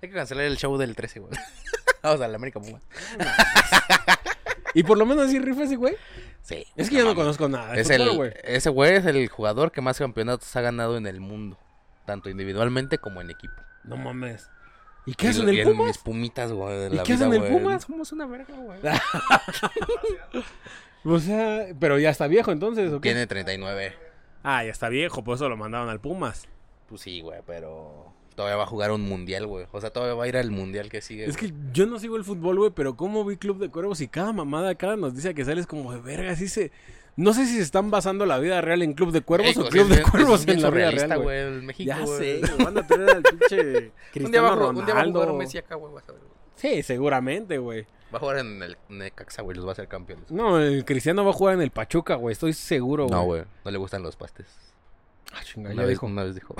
Speaker 2: Hay que cancelar el show del 13, güey. [LAUGHS] Vamos a la América Puma.
Speaker 1: Y por lo menos así rifa ese güey.
Speaker 2: Sí.
Speaker 1: Es que yo no
Speaker 2: mames.
Speaker 1: conozco nada. de
Speaker 2: Es
Speaker 1: fútbol,
Speaker 2: el-
Speaker 1: güey.
Speaker 2: ese güey es el jugador que más campeonatos ha ganado en el mundo. Tanto individualmente como en equipo.
Speaker 1: No mames. ¿Y qué
Speaker 2: Y
Speaker 1: hacen
Speaker 2: lo- y
Speaker 1: en el Pumas?
Speaker 2: Mis pumitas, güey. de
Speaker 1: ¿Y
Speaker 2: la
Speaker 1: qué hacen
Speaker 2: vida,
Speaker 1: en
Speaker 2: güey.
Speaker 1: Pumas?
Speaker 2: Somos una verga, güey.
Speaker 1: [LAUGHS] O sea, pero ya está viejo entonces, ¿o qué?
Speaker 2: Tiene 39.
Speaker 1: Ah, ya está viejo, por eso lo mandaron al Pumas.
Speaker 2: Pues sí, güey, pero todavía va a jugar un mundial, güey. O sea, todavía va a ir al mundial que sigue.
Speaker 1: Es
Speaker 2: güey.
Speaker 1: que yo no sigo el fútbol, güey, pero ¿cómo vi Club de Cuervos? Y cada mamada acá nos dice que sales como de verga, así se... No sé si se están basando la vida real en Club de Cuervos
Speaker 2: Ey,
Speaker 1: o
Speaker 2: Eh, o sea,
Speaker 1: Club
Speaker 2: es
Speaker 1: de
Speaker 2: bien-
Speaker 1: Cuervos
Speaker 2: es bien
Speaker 1: en la vida
Speaker 2: surrealista,
Speaker 1: real, güey.
Speaker 2: güey, el México,
Speaker 1: Ya
Speaker 2: güey. [LAUGHS]
Speaker 1: sé, güey, van a tener al pinche
Speaker 2: Un día, va a,
Speaker 1: Cristiano
Speaker 2: jugar- un día va a jugar
Speaker 1: Ronaldo.
Speaker 2: Messi acá, güey. vas a ver, güey.
Speaker 1: Sí, seguramente, güey.
Speaker 2: Va a jugar en el Necaxa, güey. Los va a hacer campeones.
Speaker 1: No, el Cristiano va a jugar en el Pachuca, güey, estoy seguro, güey.
Speaker 2: No, güey. No le gustan los pastes.
Speaker 1: Ah, chinga,
Speaker 2: Una
Speaker 1: ya
Speaker 2: vez,
Speaker 1: dijo,
Speaker 2: una vez
Speaker 1: [LAUGHS]
Speaker 2: dijo.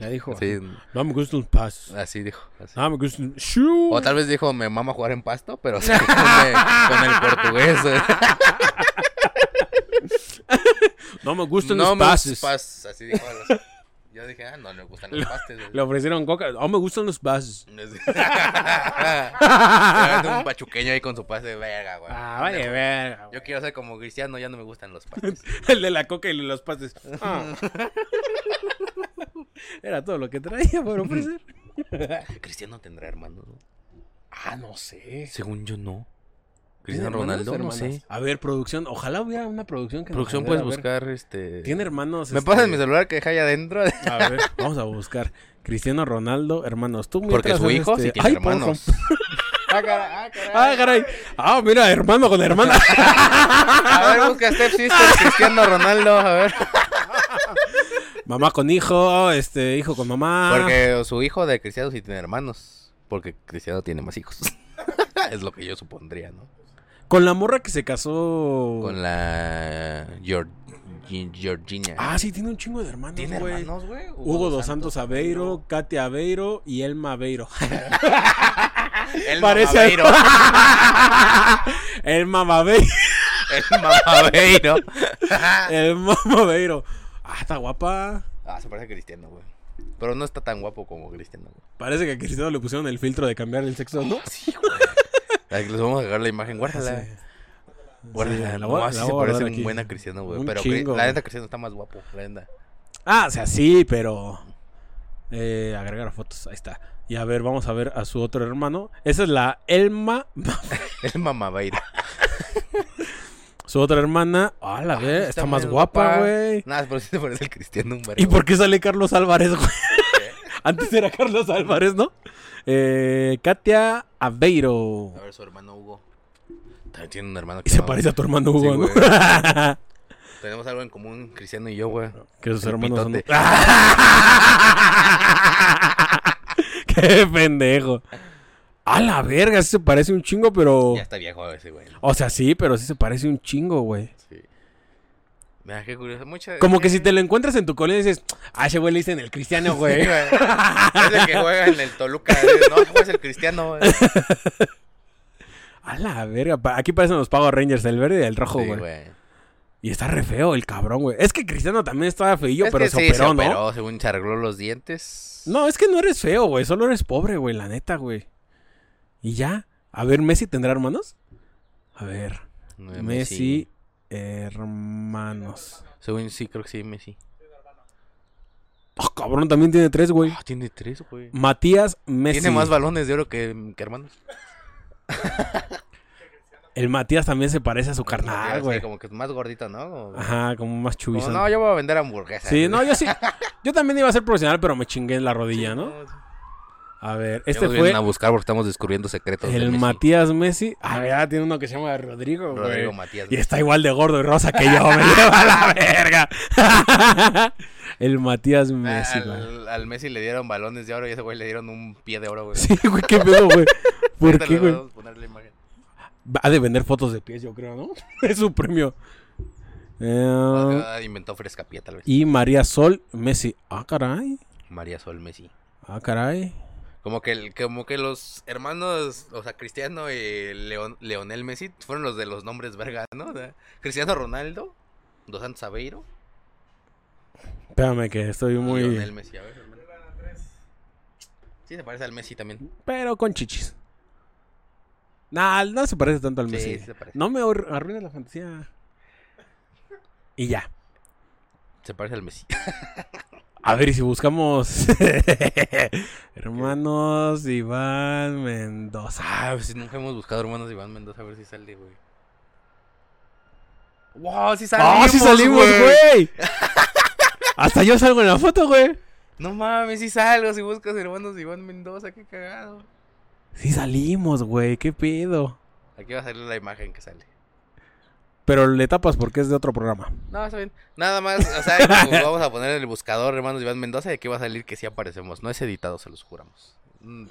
Speaker 1: ya dijo.
Speaker 2: Sí,
Speaker 1: No me gustan los pasos.
Speaker 2: así dijo. así.
Speaker 1: No me gustan... ¡Shoo!
Speaker 2: O tal vez dijo, me mama jugar en pasto, pero
Speaker 1: [LAUGHS]
Speaker 2: se confunde con el portugués. güey.
Speaker 1: No me gustan
Speaker 2: no
Speaker 1: los
Speaker 2: me
Speaker 1: pases.
Speaker 2: gustan pas- Así dijo. a los- Yo dije, ah, no le gustan los pastes. güey.
Speaker 1: Le ofrecieron coca. No me gustan los
Speaker 2: [LAUGHS]
Speaker 1: pases. [LAUGHS]
Speaker 2: Llegando un pachuqueño ahí con su pase de verga, güey.
Speaker 1: Ah, vale, verga. güey.
Speaker 2: Yo quiero ser como Cristiano, ya no me gustan
Speaker 1: [LAUGHS]
Speaker 2: los pases.
Speaker 1: El de la coca y los pases. Ah. [LAUGHS] Era todo lo que traía por ofrecer.
Speaker 2: Cristiano tendrá hermanos. ¿no?
Speaker 1: [LAUGHS] Ah, no sé.
Speaker 2: Según yo,
Speaker 1: ¿Tiene
Speaker 2: no. Cristiano
Speaker 1: hermanos
Speaker 2: Ronaldo,
Speaker 1: o
Speaker 2: no
Speaker 1: hermanas?
Speaker 2: sé.
Speaker 1: A ver, producción. Ojalá hubiera una producción que nos
Speaker 2: Producción,
Speaker 1: ayudara a ver.
Speaker 2: puedes buscar este.
Speaker 1: Tiene hermanos.
Speaker 2: Me
Speaker 1: este,
Speaker 2: pasas mi celular que dejé
Speaker 1: [LAUGHS]
Speaker 2: allá adentro.
Speaker 1: A ver, vamos a buscar. Cristiano Ronaldo, hermanos. Tú
Speaker 2: Porque
Speaker 1: mientras
Speaker 2: su
Speaker 1: ves
Speaker 2: hijo
Speaker 1: este-
Speaker 2: sí tiene
Speaker 1: Ay,
Speaker 2: hermanos.
Speaker 1: porfa.
Speaker 2: ah, caray, ah, caray.
Speaker 1: Ah, caray. Ah, mira, hermano con
Speaker 2: [LAUGHS]
Speaker 1: hermana.
Speaker 2: A ver, busca Step Sister
Speaker 1: [LAUGHS]
Speaker 2: Cristiano Ronaldo, a ver.
Speaker 1: mamá con hijo, este, hijo con mamá.
Speaker 2: Porque su hijo de Cristiano sí tiene hermanos. Porque Cristiano tiene más hijos. [LAUGHS] es lo que yo supondría, ¿no?
Speaker 1: Con la morra que se casó.
Speaker 2: Con la Geor- Gi- Georgina.
Speaker 1: Ah, sí, tiene un chingo de hermanos,
Speaker 2: ¿Tiene
Speaker 1: güey.
Speaker 2: hermanos, güey?
Speaker 1: Hugo dos Santos Aveiro, Katia Aveiro y Elma [LAUGHS] Aveiro.
Speaker 2: El
Speaker 1: Parece-
Speaker 2: Mamaveiro.
Speaker 1: [LAUGHS] Elma Aveiro.
Speaker 2: El
Speaker 1: [LAUGHS]
Speaker 2: Mamaveiro.
Speaker 1: Elma Aveiro. Ah, está guapa.
Speaker 2: ah, se parece a Cristiano, güey. Pero no está tan guapo como Cristiano, güey.
Speaker 1: Parece que a Cristiano le pusieron el filtro de cambiar el sexo, ¿no?
Speaker 2: Sí, güey. Ahí Les vamos a dejar la imagen, guárdala.
Speaker 1: Sí.
Speaker 2: Guárdala.
Speaker 1: Sí, la
Speaker 2: no,
Speaker 1: voy-
Speaker 2: así
Speaker 1: la
Speaker 2: se
Speaker 1: voy a
Speaker 2: parece
Speaker 1: guardar
Speaker 2: un
Speaker 1: aquí.
Speaker 2: buen a Cristiano, güey.
Speaker 1: Un
Speaker 2: Pero Cri-
Speaker 1: chingo,
Speaker 2: la
Speaker 1: güey.
Speaker 2: neta Cristiano está más guapo, la neta. [LAUGHS]
Speaker 1: Ah, o sea, sí, pero. Eh, agregar fotos, ahí está. Y a ver, vamos a ver a su otro hermano. Esa es la Elma. [LAUGHS]
Speaker 2: El Mamaveiro.
Speaker 1: Su otra hermana. Ah, la ve, está más guapa, güey.
Speaker 2: Nada, pero sí se parece al Cristiano un vergo,
Speaker 1: ¿Y por qué sale Carlos Álvarez, güey? [LAUGHS] Antes era Carlos Álvarez, ¿no? Eh, Katia Aveiro.
Speaker 2: güey. A ver, su hermano Hugo. También tiene un hermano
Speaker 1: Y
Speaker 2: que
Speaker 1: se
Speaker 2: llama-
Speaker 1: parece a tu hermano Hugo,
Speaker 2: Ah. güey.
Speaker 1: ¿no?
Speaker 2: Tenemos algo en común, Cristiano y yo, güey.
Speaker 1: [LAUGHS] que sus
Speaker 2: El
Speaker 1: hermanos son...
Speaker 2: pitote.
Speaker 1: [LAUGHS] ¡Qué pendejo! A la verga, sí se parece un chingo, pero...
Speaker 2: Ya está viejo ese, güey.
Speaker 1: O sea, sí, pero sí se parece un chingo, güey.
Speaker 2: Sí. Mira, qué curioso. Mucha...
Speaker 1: Como que si te lo encuentras en tu colonia y dices, ah, ese güey le dicen el cristiano, [LAUGHS]
Speaker 2: Sí,
Speaker 1: güey.
Speaker 2: [LAUGHS] güey. Es el que juega en el Toluca. güey. No, ese güey es el
Speaker 1: [LAUGHS]
Speaker 2: cristiano. güey.
Speaker 1: A la verga, pa- aquí parecen los Power Rangers, el verde y el rojo,
Speaker 2: Sí,
Speaker 1: güey.
Speaker 2: güey.
Speaker 1: y está re feo el cabrón, güey. Es que Cristiano también estaba feillo,
Speaker 2: Es
Speaker 1: pero
Speaker 2: que
Speaker 1: se
Speaker 2: sí,
Speaker 1: operó, ¿no?
Speaker 2: según se arregló los dientes.
Speaker 1: No, es que no eres feo, güey. Solo eres pobre, güey, la neta, güey. Y ya. A ver, ¿Messi tendrá hermanos? A ver.
Speaker 2: No,
Speaker 1: Messi, hermanos.
Speaker 2: Según sí, creo que sí, Messi.
Speaker 1: Ah, cabrón, también tiene tres, güey.
Speaker 2: Ah, tiene tres, güey.
Speaker 1: Matías Messi.
Speaker 2: Tiene más balones de oro que, que hermanos.
Speaker 1: El Matías también se parece a su
Speaker 2: Ya,
Speaker 1: carnal,
Speaker 2: sí,
Speaker 1: güey.
Speaker 2: como que es más gordito, ¿no? Como-
Speaker 1: Ajá, como más
Speaker 2: como,
Speaker 1: chubizón.
Speaker 2: no, yo voy a vender hamburguesas.
Speaker 1: Sí, no, yo sí. Yo también iba a ser profesional, pero me chingué en la rodilla, ¿no? A ver, este
Speaker 2: Nos vienen
Speaker 1: fue
Speaker 2: a buscar porque estamos descubriendo secretos. de
Speaker 1: el
Speaker 2: Messi.
Speaker 1: Matías Messi. Ah, verdad, tiene uno que se llama Rodrigo, güey.
Speaker 2: Rodrigo Matías.
Speaker 1: Y este está igual de gordo y rosa que yo, [LAUGHS] me lleva a la verga. [LAUGHS] El
Speaker 2: Ah,
Speaker 1: Matías Messi,
Speaker 2: al,
Speaker 1: güey.
Speaker 2: al Messi le dieron balones de oro y a ese güey le dieron un pie de oro, güey.
Speaker 1: Sí, güey, qué pedo,
Speaker 2: [LAUGHS]
Speaker 1: güey. ¿Por
Speaker 2: Ahorita
Speaker 1: qué,
Speaker 2: le
Speaker 1: güey?
Speaker 2: vamos a poner la imagen.
Speaker 1: Ha de vender fotos de pies, yo creo, ¿no? [LAUGHS] Es su premio. Eh,
Speaker 2: Ah, inventó Fresca Pía, tal vez.
Speaker 1: y María Sol Messi. Ah, caray.
Speaker 2: María Sol Messi.
Speaker 1: Ah, caray.
Speaker 2: Como que, el- como que los hermanos, o sea, Cristiano y Leon- Leonel Messi fueron los de los nombres verga, ¿no? O sea, Cristiano Ronaldo, Dos Santos Aveiro,
Speaker 1: Espérame que estoy
Speaker 2: y
Speaker 1: muy...
Speaker 2: Leonel Messi. A ver, hermano. Sí, se parece al Messi también.
Speaker 1: pero con chichis. Nah, no se parece tanto al
Speaker 2: Sí,
Speaker 1: Messi.
Speaker 2: sí se parece.
Speaker 1: no me arru- arruines la fantasía. Y ya.
Speaker 2: Se parece al Messi.
Speaker 1: A ver, y si buscamos [LAUGHS] Hermanos Iván Mendoza.
Speaker 2: Ah, pues nunca hemos buscado hermanos de Iván Mendoza a ver si sale, güey. ¡Wow! ¡Sí salimos!
Speaker 1: ¡Ah, sí salimos, güey! [LAUGHS] Hasta yo salgo en la foto, güey.
Speaker 2: No mames, sí salgo si buscas hermanos de Iván Mendoza, qué cagado.
Speaker 1: Sí salimos, güey, qué pedo.
Speaker 2: Aquí va a salir la imagen que sale.
Speaker 1: Pero le tapas porque es de otro programa.
Speaker 2: No, está bien. Nada más, o sea, como vamos a poner en el buscador hermanos de Iván Mendoza y aquí va a salir que sí aparecemos. No es editado, se los juramos. Mm.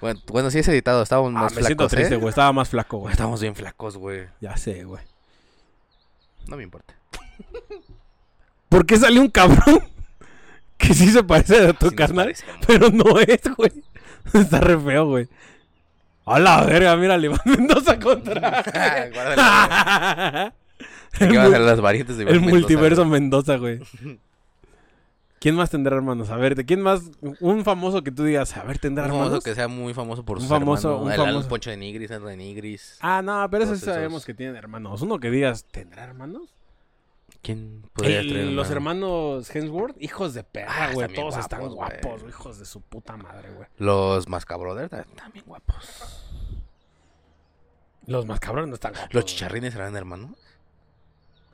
Speaker 2: Bueno, bueno, sí es editado, estábamos
Speaker 1: Ah,
Speaker 2: más
Speaker 1: me siento
Speaker 2: flacos, ¿eh?
Speaker 1: triste, güey. Estaba más flaco,
Speaker 2: Güey,
Speaker 1: güey.
Speaker 2: Estamos bien flacos, güey.
Speaker 1: Ya sé, güey.
Speaker 2: No me importa.
Speaker 1: ¿Por qué sale un cabrón [LAUGHS] que sí se parece a tu
Speaker 2: Así nos
Speaker 1: carnal? [LAUGHS]
Speaker 2: parecemos.
Speaker 1: Pero no es, güey. [LAUGHS] Está re feo, güey. A la verga, mira, le van [LAUGHS] Mendoza
Speaker 2: [LAUGHS]
Speaker 1: contra. [LAUGHS]
Speaker 2: Guárdala, güey. Ah, Aquí
Speaker 1: el
Speaker 2: van a
Speaker 1: mul-
Speaker 2: salir las variantes de Iván
Speaker 1: el
Speaker 2: Mendoza,
Speaker 1: multiverso Mendoza,
Speaker 2: [LAUGHS]
Speaker 1: güey. ¿Quién más tendrá hermanos? A ver, ¿de quién más? Un famoso que tú digas, a ver,
Speaker 2: Un
Speaker 1: ¿tendrá
Speaker 2: famoso
Speaker 1: hermanos?
Speaker 2: que sea muy famoso por
Speaker 1: Un
Speaker 2: sus
Speaker 1: famoso-
Speaker 2: hermanos.
Speaker 1: un
Speaker 2: El Alan
Speaker 1: famoso.
Speaker 2: Poncho de Nigris, Andra de Nigris.
Speaker 1: Ah, no, pero eso
Speaker 2: Todos
Speaker 1: sí sabemos
Speaker 2: esos.
Speaker 1: que tienen hermanos. Uno que digas, ¿tendrá hermanos?
Speaker 2: ¿Quién podría
Speaker 1: El-
Speaker 2: traer
Speaker 1: los
Speaker 2: hermano?
Speaker 1: hermanos Hemsworth, hijos de
Speaker 2: Ah,
Speaker 1: perra, güey.
Speaker 2: están bien
Speaker 1: Todos están
Speaker 2: guapos, güey.
Speaker 1: guapos, hijos de su puta madre, güey.
Speaker 2: Los Mascabrothers ta- también guapos.
Speaker 1: Los más cabrones no están guapos.
Speaker 2: ¿Los Chicharrines serán hermanos?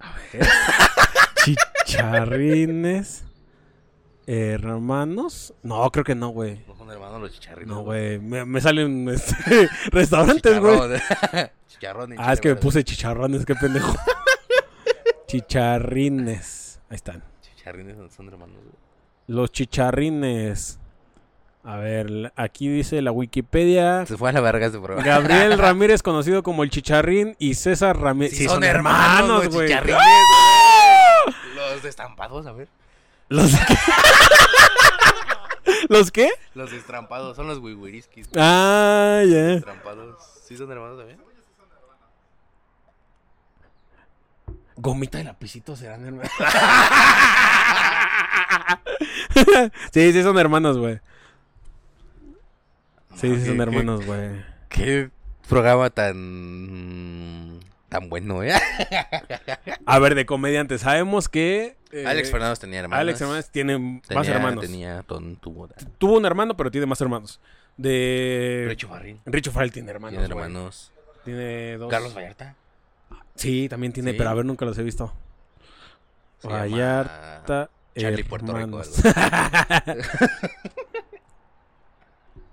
Speaker 1: A ver. [LAUGHS] Chicharrines. Hermanos. No, creo que no, güey.
Speaker 2: No son hermanos los Chicharrines.
Speaker 1: No, güey. Me, me salen este, [LAUGHS] restaurantes, güey.
Speaker 2: Chicharrón. [LAUGHS] Chicharrón y
Speaker 1: Ah, es que me
Speaker 2: chicharrón.
Speaker 1: puse chicharrones, qué pendejo. [LAUGHS] chicharrines. Ahí están.
Speaker 2: Chicharrines no son hermanos, güey.
Speaker 1: Los chicharrines. A ver, la- aquí dice la Wikipedia.
Speaker 2: Se fue a la verga este
Speaker 1: [LAUGHS]
Speaker 2: programa.
Speaker 1: Gabriel Ramírez, conocido como el Chicharrín, y César Ramírez.
Speaker 2: Sí,
Speaker 1: Sí, son, hermanos,
Speaker 2: los
Speaker 1: güey. ¡Ah!
Speaker 2: Chicharrines, güey. Los estampados, a ver.
Speaker 1: ¿Los [LAUGHS] qué? ¿Los qué?
Speaker 2: Los destrampados, son los wiwiriskis.
Speaker 1: [LAUGHS]
Speaker 2: güey.
Speaker 1: Ah, ya.
Speaker 2: Destrampados. ¿Sí son hermanos también?
Speaker 1: Gomita y lapicito serán hermanos. [LAUGHS] sí, sí son hermanos, güey. Sí, sí
Speaker 2: Qué-
Speaker 1: son
Speaker 2: qué-
Speaker 1: hermanos, güey.
Speaker 2: Qué programa tan. tan bueno, ¿eh?
Speaker 1: A ver, de comediantes, sabemos que... eh,
Speaker 2: [LAUGHS] Alex Fernández tenía hermanos.
Speaker 1: Alex Fernández tiene
Speaker 2: tenía,
Speaker 1: más hermanos.
Speaker 2: Tenía ton, tuvo. Pero
Speaker 1: Tuvo un hermano, pero tiene más hermanos. De...
Speaker 2: Barrín.
Speaker 1: Richo Farrell tiene hermanos.
Speaker 2: Tiene
Speaker 1: güey.
Speaker 2: hermanos.
Speaker 1: Tiene dos.
Speaker 2: Carlos Vallarta.
Speaker 1: Sí, también tiene,
Speaker 2: Sí.
Speaker 1: pero a ver, nunca los he visto.
Speaker 2: Se llama
Speaker 1: Vallarta.
Speaker 2: Ah, Charlie Puerto Rico.
Speaker 1: hermanos.
Speaker 2: algo.
Speaker 1: [LAUGHS]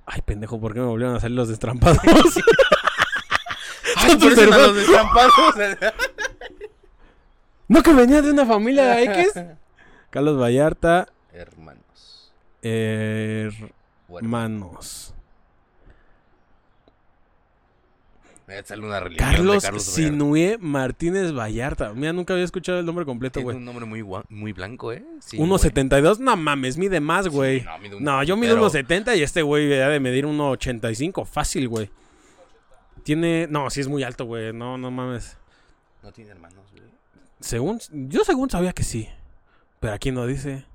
Speaker 1: Ay, pendejo, ¿por qué me volvieron a salir los destrampados? [LAUGHS]
Speaker 2: Ay,
Speaker 1: tus
Speaker 2: por eso eran
Speaker 1: hermanos.
Speaker 2: los destrampados.
Speaker 1: [LAUGHS] ¿No que venía de una familia
Speaker 2: [LAUGHS]
Speaker 1: X? Carlos Vallarta,
Speaker 2: hermanos. Bueno,
Speaker 1: hermanos.
Speaker 2: me sale una religión
Speaker 1: Carlos,
Speaker 2: de Carlos Vallarta.
Speaker 1: Sinué Martínez Vallarta. Mira, nunca había escuchado el nombre completo,
Speaker 2: Tiene
Speaker 1: güey.
Speaker 2: un nombre muy, gua- muy blanco, ¿eh? Sí, güey.
Speaker 1: 1.72, no mames, mide más, güey.
Speaker 2: no, mide un
Speaker 1: No, yo mido
Speaker 2: putero.
Speaker 1: 1.70 y este güey ha de medir 1.85, fácil, güey. Tiene, no, sí es muy alto, güey. No, no mames.
Speaker 2: No tiene hermanos,
Speaker 1: [LAUGHS]
Speaker 2: güey.
Speaker 1: Según, yo según sabía que sí. Pero aquí no dice.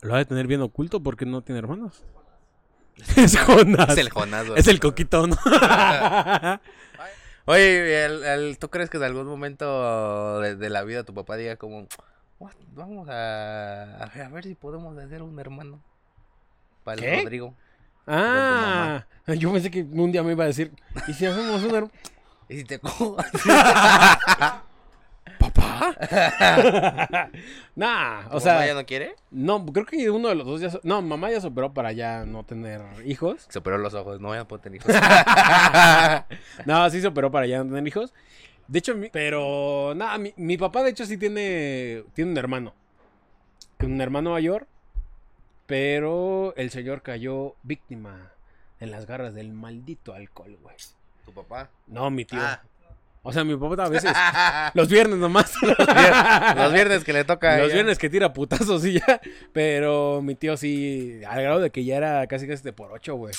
Speaker 1: Lo ha de tener bien oculto porque no tiene hermanos. [LAUGHS] Es Jonas.
Speaker 2: Es el Jonás, güey.
Speaker 1: Es el
Speaker 2: [LAUGHS]
Speaker 1: Ah. coquito, ¿no?
Speaker 2: Oye, el- el- ¿tú crees que en algún momento de, de la vida tu papá diga como, "What? vamos a, a ver, a ver si podemos hacer un hermano para el
Speaker 1: ¿Qué?
Speaker 2: Rodrigo?
Speaker 1: ah, yo pensé que un día me iba a decir, ¿y si hacemos un hermano?
Speaker 2: Y si te [LAUGHS] co- [LAUGHS]
Speaker 1: ¿Papá? [LAUGHS] nah,
Speaker 2: ¿Tu
Speaker 1: o sea,
Speaker 2: mamá ya no quiere?
Speaker 1: no, creo que uno de los dos ya... so- No, mamá ya superó para ya no tener
Speaker 2: [LAUGHS]
Speaker 1: hijos.
Speaker 2: Se operó los ojos, no, ya no puedo
Speaker 1: [LAUGHS]
Speaker 2: tener hijos.
Speaker 1: No, sí se operó para ya no tener hijos. De hecho, mi- pero nada, mi, mi papá de hecho sí tiene, tiene un hermano. Un hermano mayor, pero el señor cayó víctima en las garras del maldito alcohol, güey.
Speaker 2: ¿Tu papá? [LAUGHS]
Speaker 1: No, mi tío.
Speaker 2: Ah.
Speaker 1: O sea, mi papá a veces... Los viernes
Speaker 2: [LAUGHS]
Speaker 1: nomás.
Speaker 2: los viernes que le toca. a
Speaker 1: Los
Speaker 2: ella.
Speaker 1: viernes que tira putazos [LAUGHS] y ya. Pero mi tío sí, al grado de que ya era casi casi de por ocho, güey.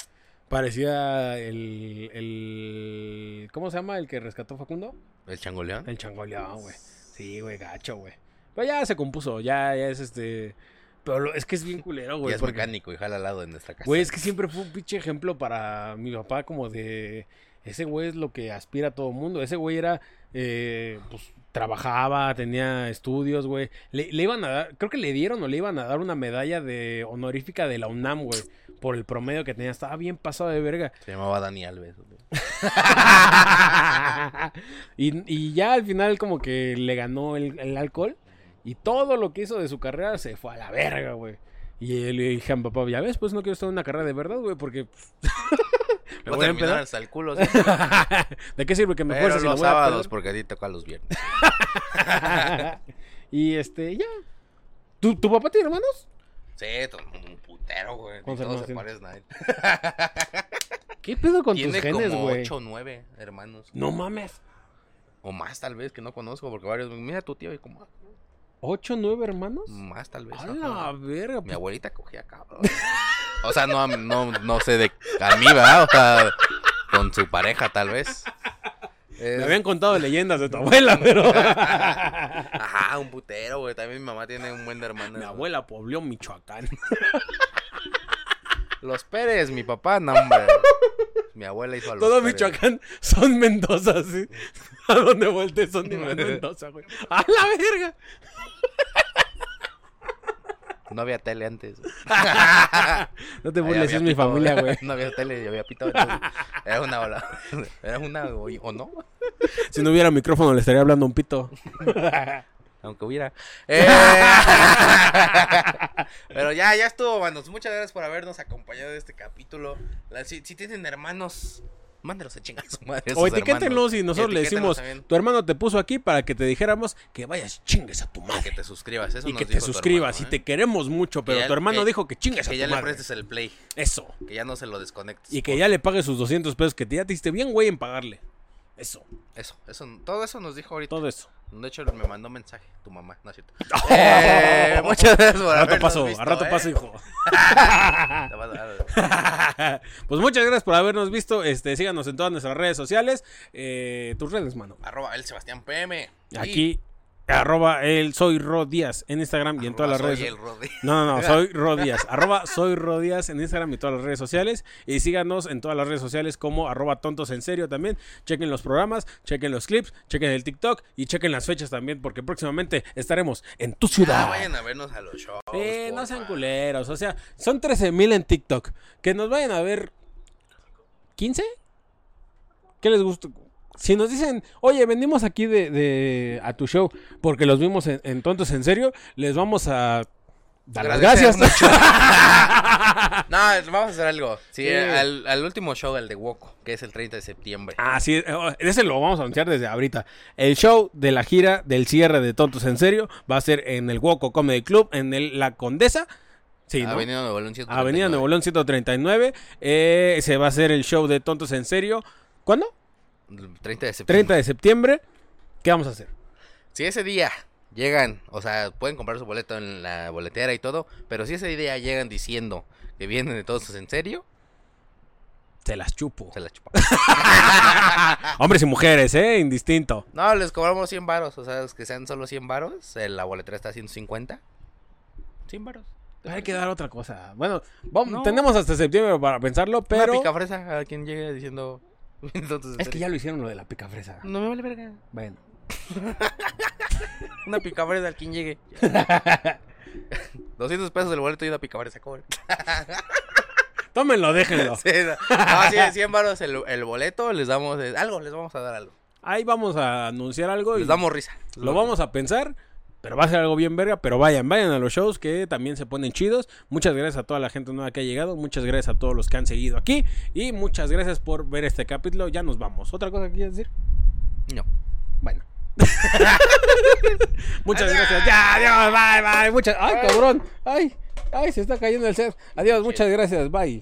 Speaker 1: Parecía el, el... ¿Cómo se llama el que rescató Facundo?
Speaker 2: ¿El changoleón?
Speaker 1: El changoleón, güey. Sí, güey, gacho, güey. Pero ya se compuso, ya, ya es este... Pero lo- es que es bien culero, güey.
Speaker 2: y es
Speaker 1: porque-
Speaker 2: mecánico y jala al lado de nuestra casa.
Speaker 1: Güey, es que siempre fue un pinche ejemplo para mi papá, como de. Ese güey es lo que aspira a todo mundo. Ese güey era. eh, pues trabajaba, tenía estudios, güey. Le, le iban a dar. Creo que le dieron o le iban a dar una medalla de honorífica de la UNAM, güey. Por el promedio que tenía. Estaba bien pasado de verga.
Speaker 2: Se llamaba Dani Alves. güey.
Speaker 1: [LAUGHS] y, y ya al final, como que le ganó el, el alcohol. Y todo lo que hizo de su carrera se fue a la verga, güey. Y él le dije a mi papá, ya ves, pues no quiero estar en una carrera de verdad, güey, porque [LAUGHS] Me
Speaker 2: Voy
Speaker 1: [LAUGHS]
Speaker 2: a
Speaker 1: voy a
Speaker 2: terminar
Speaker 1: empedar.
Speaker 2: hasta
Speaker 1: [LAUGHS]
Speaker 2: el culo. sí.
Speaker 1: ¿De qué sirve que me
Speaker 2: Pero
Speaker 1: fuerces si
Speaker 2: los
Speaker 1: lo voy a
Speaker 2: sábados,
Speaker 1: perder?
Speaker 2: porque a ti te toca los viernes.
Speaker 1: [LAUGHS] y este, ya. ¿Tu, tu papá tiene hermanos?
Speaker 2: Sí, todo el mundo un putero, güey. Ni
Speaker 1: ¿Cuántos
Speaker 2: Todos
Speaker 1: hermanos
Speaker 2: se
Speaker 1: tiene?
Speaker 2: parecen a él.
Speaker 1: ¿Qué pedo con tus
Speaker 2: Tiene
Speaker 1: genes,
Speaker 2: como
Speaker 1: güey?
Speaker 2: ocho o nueve hermanos.
Speaker 1: No mames.
Speaker 2: O más, tal vez, que no conozco, porque varios. Mira tu tío y como.
Speaker 1: ¿Ocho, nueve hermanos?
Speaker 2: Más, tal vez.
Speaker 1: A
Speaker 2: ajá.
Speaker 1: la verga. pues.
Speaker 2: Mi abuelita cogía cabrón. O sea, no, a- no, no sé de a mí, ¿verdad? O sea, con su pareja, tal vez. Es-
Speaker 1: Me habían contado leyendas de tu abuela,
Speaker 2: [LAUGHS]
Speaker 1: pero...
Speaker 2: Ajá, un putero, güey. También mi mamá tiene un buen de hermanas.
Speaker 1: Mi
Speaker 2: güey.
Speaker 1: abuela pobló Michoacán.
Speaker 2: Los Pérez, mi papá, no, hombre. Mi abuela hizo a [LAUGHS] los
Speaker 1: Todo
Speaker 2: Pérez.
Speaker 1: Michoacán son Mendoza,
Speaker 2: [LAUGHS]
Speaker 1: sí. A donde voltees son de Mendoza, güey. A la verga.
Speaker 2: No había tele
Speaker 1: [LAUGHS]
Speaker 2: antes. güey.
Speaker 1: No te
Speaker 2: Ahí
Speaker 1: burles,
Speaker 2: había
Speaker 1: es mi
Speaker 2: pito,
Speaker 1: familia, güey.
Speaker 2: [LAUGHS] No había tele, yo había pitado. entonces, Era una ola. [LAUGHS] Era una o o no.
Speaker 1: [LAUGHS] Si no hubiera micrófono, le estaría hablando a un
Speaker 2: [LAUGHS]
Speaker 1: pito.
Speaker 2: Aunque hubiera. Eh, [LAUGHS] Pero ya, ya estuvo, manos. Muchas gracias por habernos acompañado en este capítulo. La- si, si tienen hermanos, mándelos a chingar a su madre. a
Speaker 1: O
Speaker 2: sus hermanos.
Speaker 1: etiquétenlos y nosotros le
Speaker 2: Etiquétenlos
Speaker 1: decimos,
Speaker 2: también.
Speaker 1: tu hermano te puso aquí para que te dijéramos que vayas chingues a tu
Speaker 2: Que
Speaker 1: madre.
Speaker 2: te suscribas, eso
Speaker 1: Y
Speaker 2: nos
Speaker 1: que te
Speaker 2: dijo tu
Speaker 1: suscribas. Y
Speaker 2: hermano, ¿eh?
Speaker 1: te queremos mucho, pero
Speaker 2: ya-
Speaker 1: tu hermano
Speaker 2: que-
Speaker 1: dijo que chingues a
Speaker 2: Que
Speaker 1: tu
Speaker 2: ya le
Speaker 1: madre.
Speaker 2: prestes el play,
Speaker 1: Eso.
Speaker 2: que ya no se lo desconectes.
Speaker 1: Y que ya le pagues sus 200 pesos que te- ya te diste bien, güey, en pagarle.
Speaker 2: [LAUGHS]
Speaker 1: Eso.
Speaker 2: Eso, eso, todo eso nos dijo ahorita.
Speaker 1: Todo eso.
Speaker 2: De hecho, me mandó mensaje tu mamá, no es
Speaker 1: [LAUGHS]
Speaker 2: cierto. Eh, muchas gracias por
Speaker 1: A rato
Speaker 2: habernos
Speaker 1: paso,
Speaker 2: visto,
Speaker 1: a rato
Speaker 2: ¿eh?
Speaker 1: paso, hijo.
Speaker 2: Te vas a-
Speaker 1: [LAUGHS] pues muchas gracias por habernos visto. Este, síganos en todas nuestras redes sociales. Eh, tus redes, mano.
Speaker 2: Arroba el Sebastián PM. Y
Speaker 1: Aquí, arroba el soy Ro Díaz en Instagram y en todas las
Speaker 2: arroba
Speaker 1: redes.
Speaker 2: soy el Rodri.
Speaker 1: No, no, no,
Speaker 2: [LAUGHS]
Speaker 1: soy Ro Díaz. arroba soy Ro Díaz en Instagram y todas las redes sociales. Y síganos en todas las redes sociales como arroba tontos en serio también. Chequen los programas, chequen los clips, chequen el TikTok y chequen las fechas también porque próximamente estaremos en tu ciudad.
Speaker 2: Ah, vayan a vernos a los shows.
Speaker 1: Sí, no
Speaker 2: porfa.
Speaker 1: sean culeros. O sea, son 13 mil en TikTok. Que nos vayan a ver. ¿15? ¿Qué les gusta? Si nos dicen, oye, venimos aquí de, de- a tu show porque los vimos en, en Tontos en Serio, les vamos a dar las
Speaker 2: Agradecer
Speaker 1: gracias.
Speaker 2: No, vamos a hacer algo. Sí,
Speaker 1: Sí.
Speaker 2: Al, al último show, el de Woco, que es el 30 de septiembre.
Speaker 1: [LAUGHS] Ah, sí, eh, ese lo vamos a anunciar desde ahorita. El show de la gira del cierre de Tontos en Serio va a ser en el Woco Comedy Club, en el La Condesa. Sí, ¿no?
Speaker 2: Avenida Nuevo León. 139.
Speaker 1: Avenida Nuevo León 139. eh, se va a hacer el show de Tontos en Serio. ¿Cuándo?
Speaker 2: 30 de septiembre.
Speaker 1: 30 de septiembre. ¿Qué vamos a hacer?
Speaker 2: Si ese día llegan, o sea, pueden comprar su boleto en la boletera y todo, pero si ese día llegan diciendo que vienen de todos en serio,
Speaker 1: Se las chupo.
Speaker 2: se la [LAUGHS] chupamos.
Speaker 1: Ah, Hombres y mujeres, ¿eh? Indistinto.
Speaker 2: No, les cobramos 100 varos, o sea, que sean solo 100 varos, eh, la boletera está a 150. 100 varos.
Speaker 1: Hay que dar otra cosa. Bueno, vamos-
Speaker 2: No.
Speaker 1: tenemos hasta septiembre para pensarlo,
Speaker 2: Una
Speaker 1: pero...
Speaker 2: picafresa a quien llegue diciendo [LAUGHS] vienen de todos en
Speaker 1: Es que
Speaker 2: serio.
Speaker 1: ya lo hicieron lo de la picafresa.
Speaker 2: No me vale verga.
Speaker 1: Bueno.
Speaker 2: Una picafresa al quien [LAUGHS] llegue. 200 pesos el boleto y una picafresa, cobre.
Speaker 1: Tómenlo, déjenlo.
Speaker 2: [LAUGHS] Sí, no, no, sí, 100 varos el, el boleto, les damos eh, algo, les vamos a dar algo.
Speaker 1: Ahí vamos a anunciar algo y
Speaker 2: Les damos risa.
Speaker 1: lo vamos a pensar. Pero va a ser algo bien verga. Pero vayan, vayan a los shows que también se ponen chidos. Muchas gracias a toda la gente nueva que ha llegado. Muchas gracias a todos los que han seguido aquí. Y muchas gracias por ver este capítulo. Ya nos vamos. ¿Otra cosa que quieras decir?
Speaker 2: No.
Speaker 1: Bueno. [LAUGHS] Muchas gracias. Ya, adiós. Bye, bye. Muchas... Ay, cabrón. Ay, ay, se está cayendo el set. Adiós. Muchas gracias. Bye.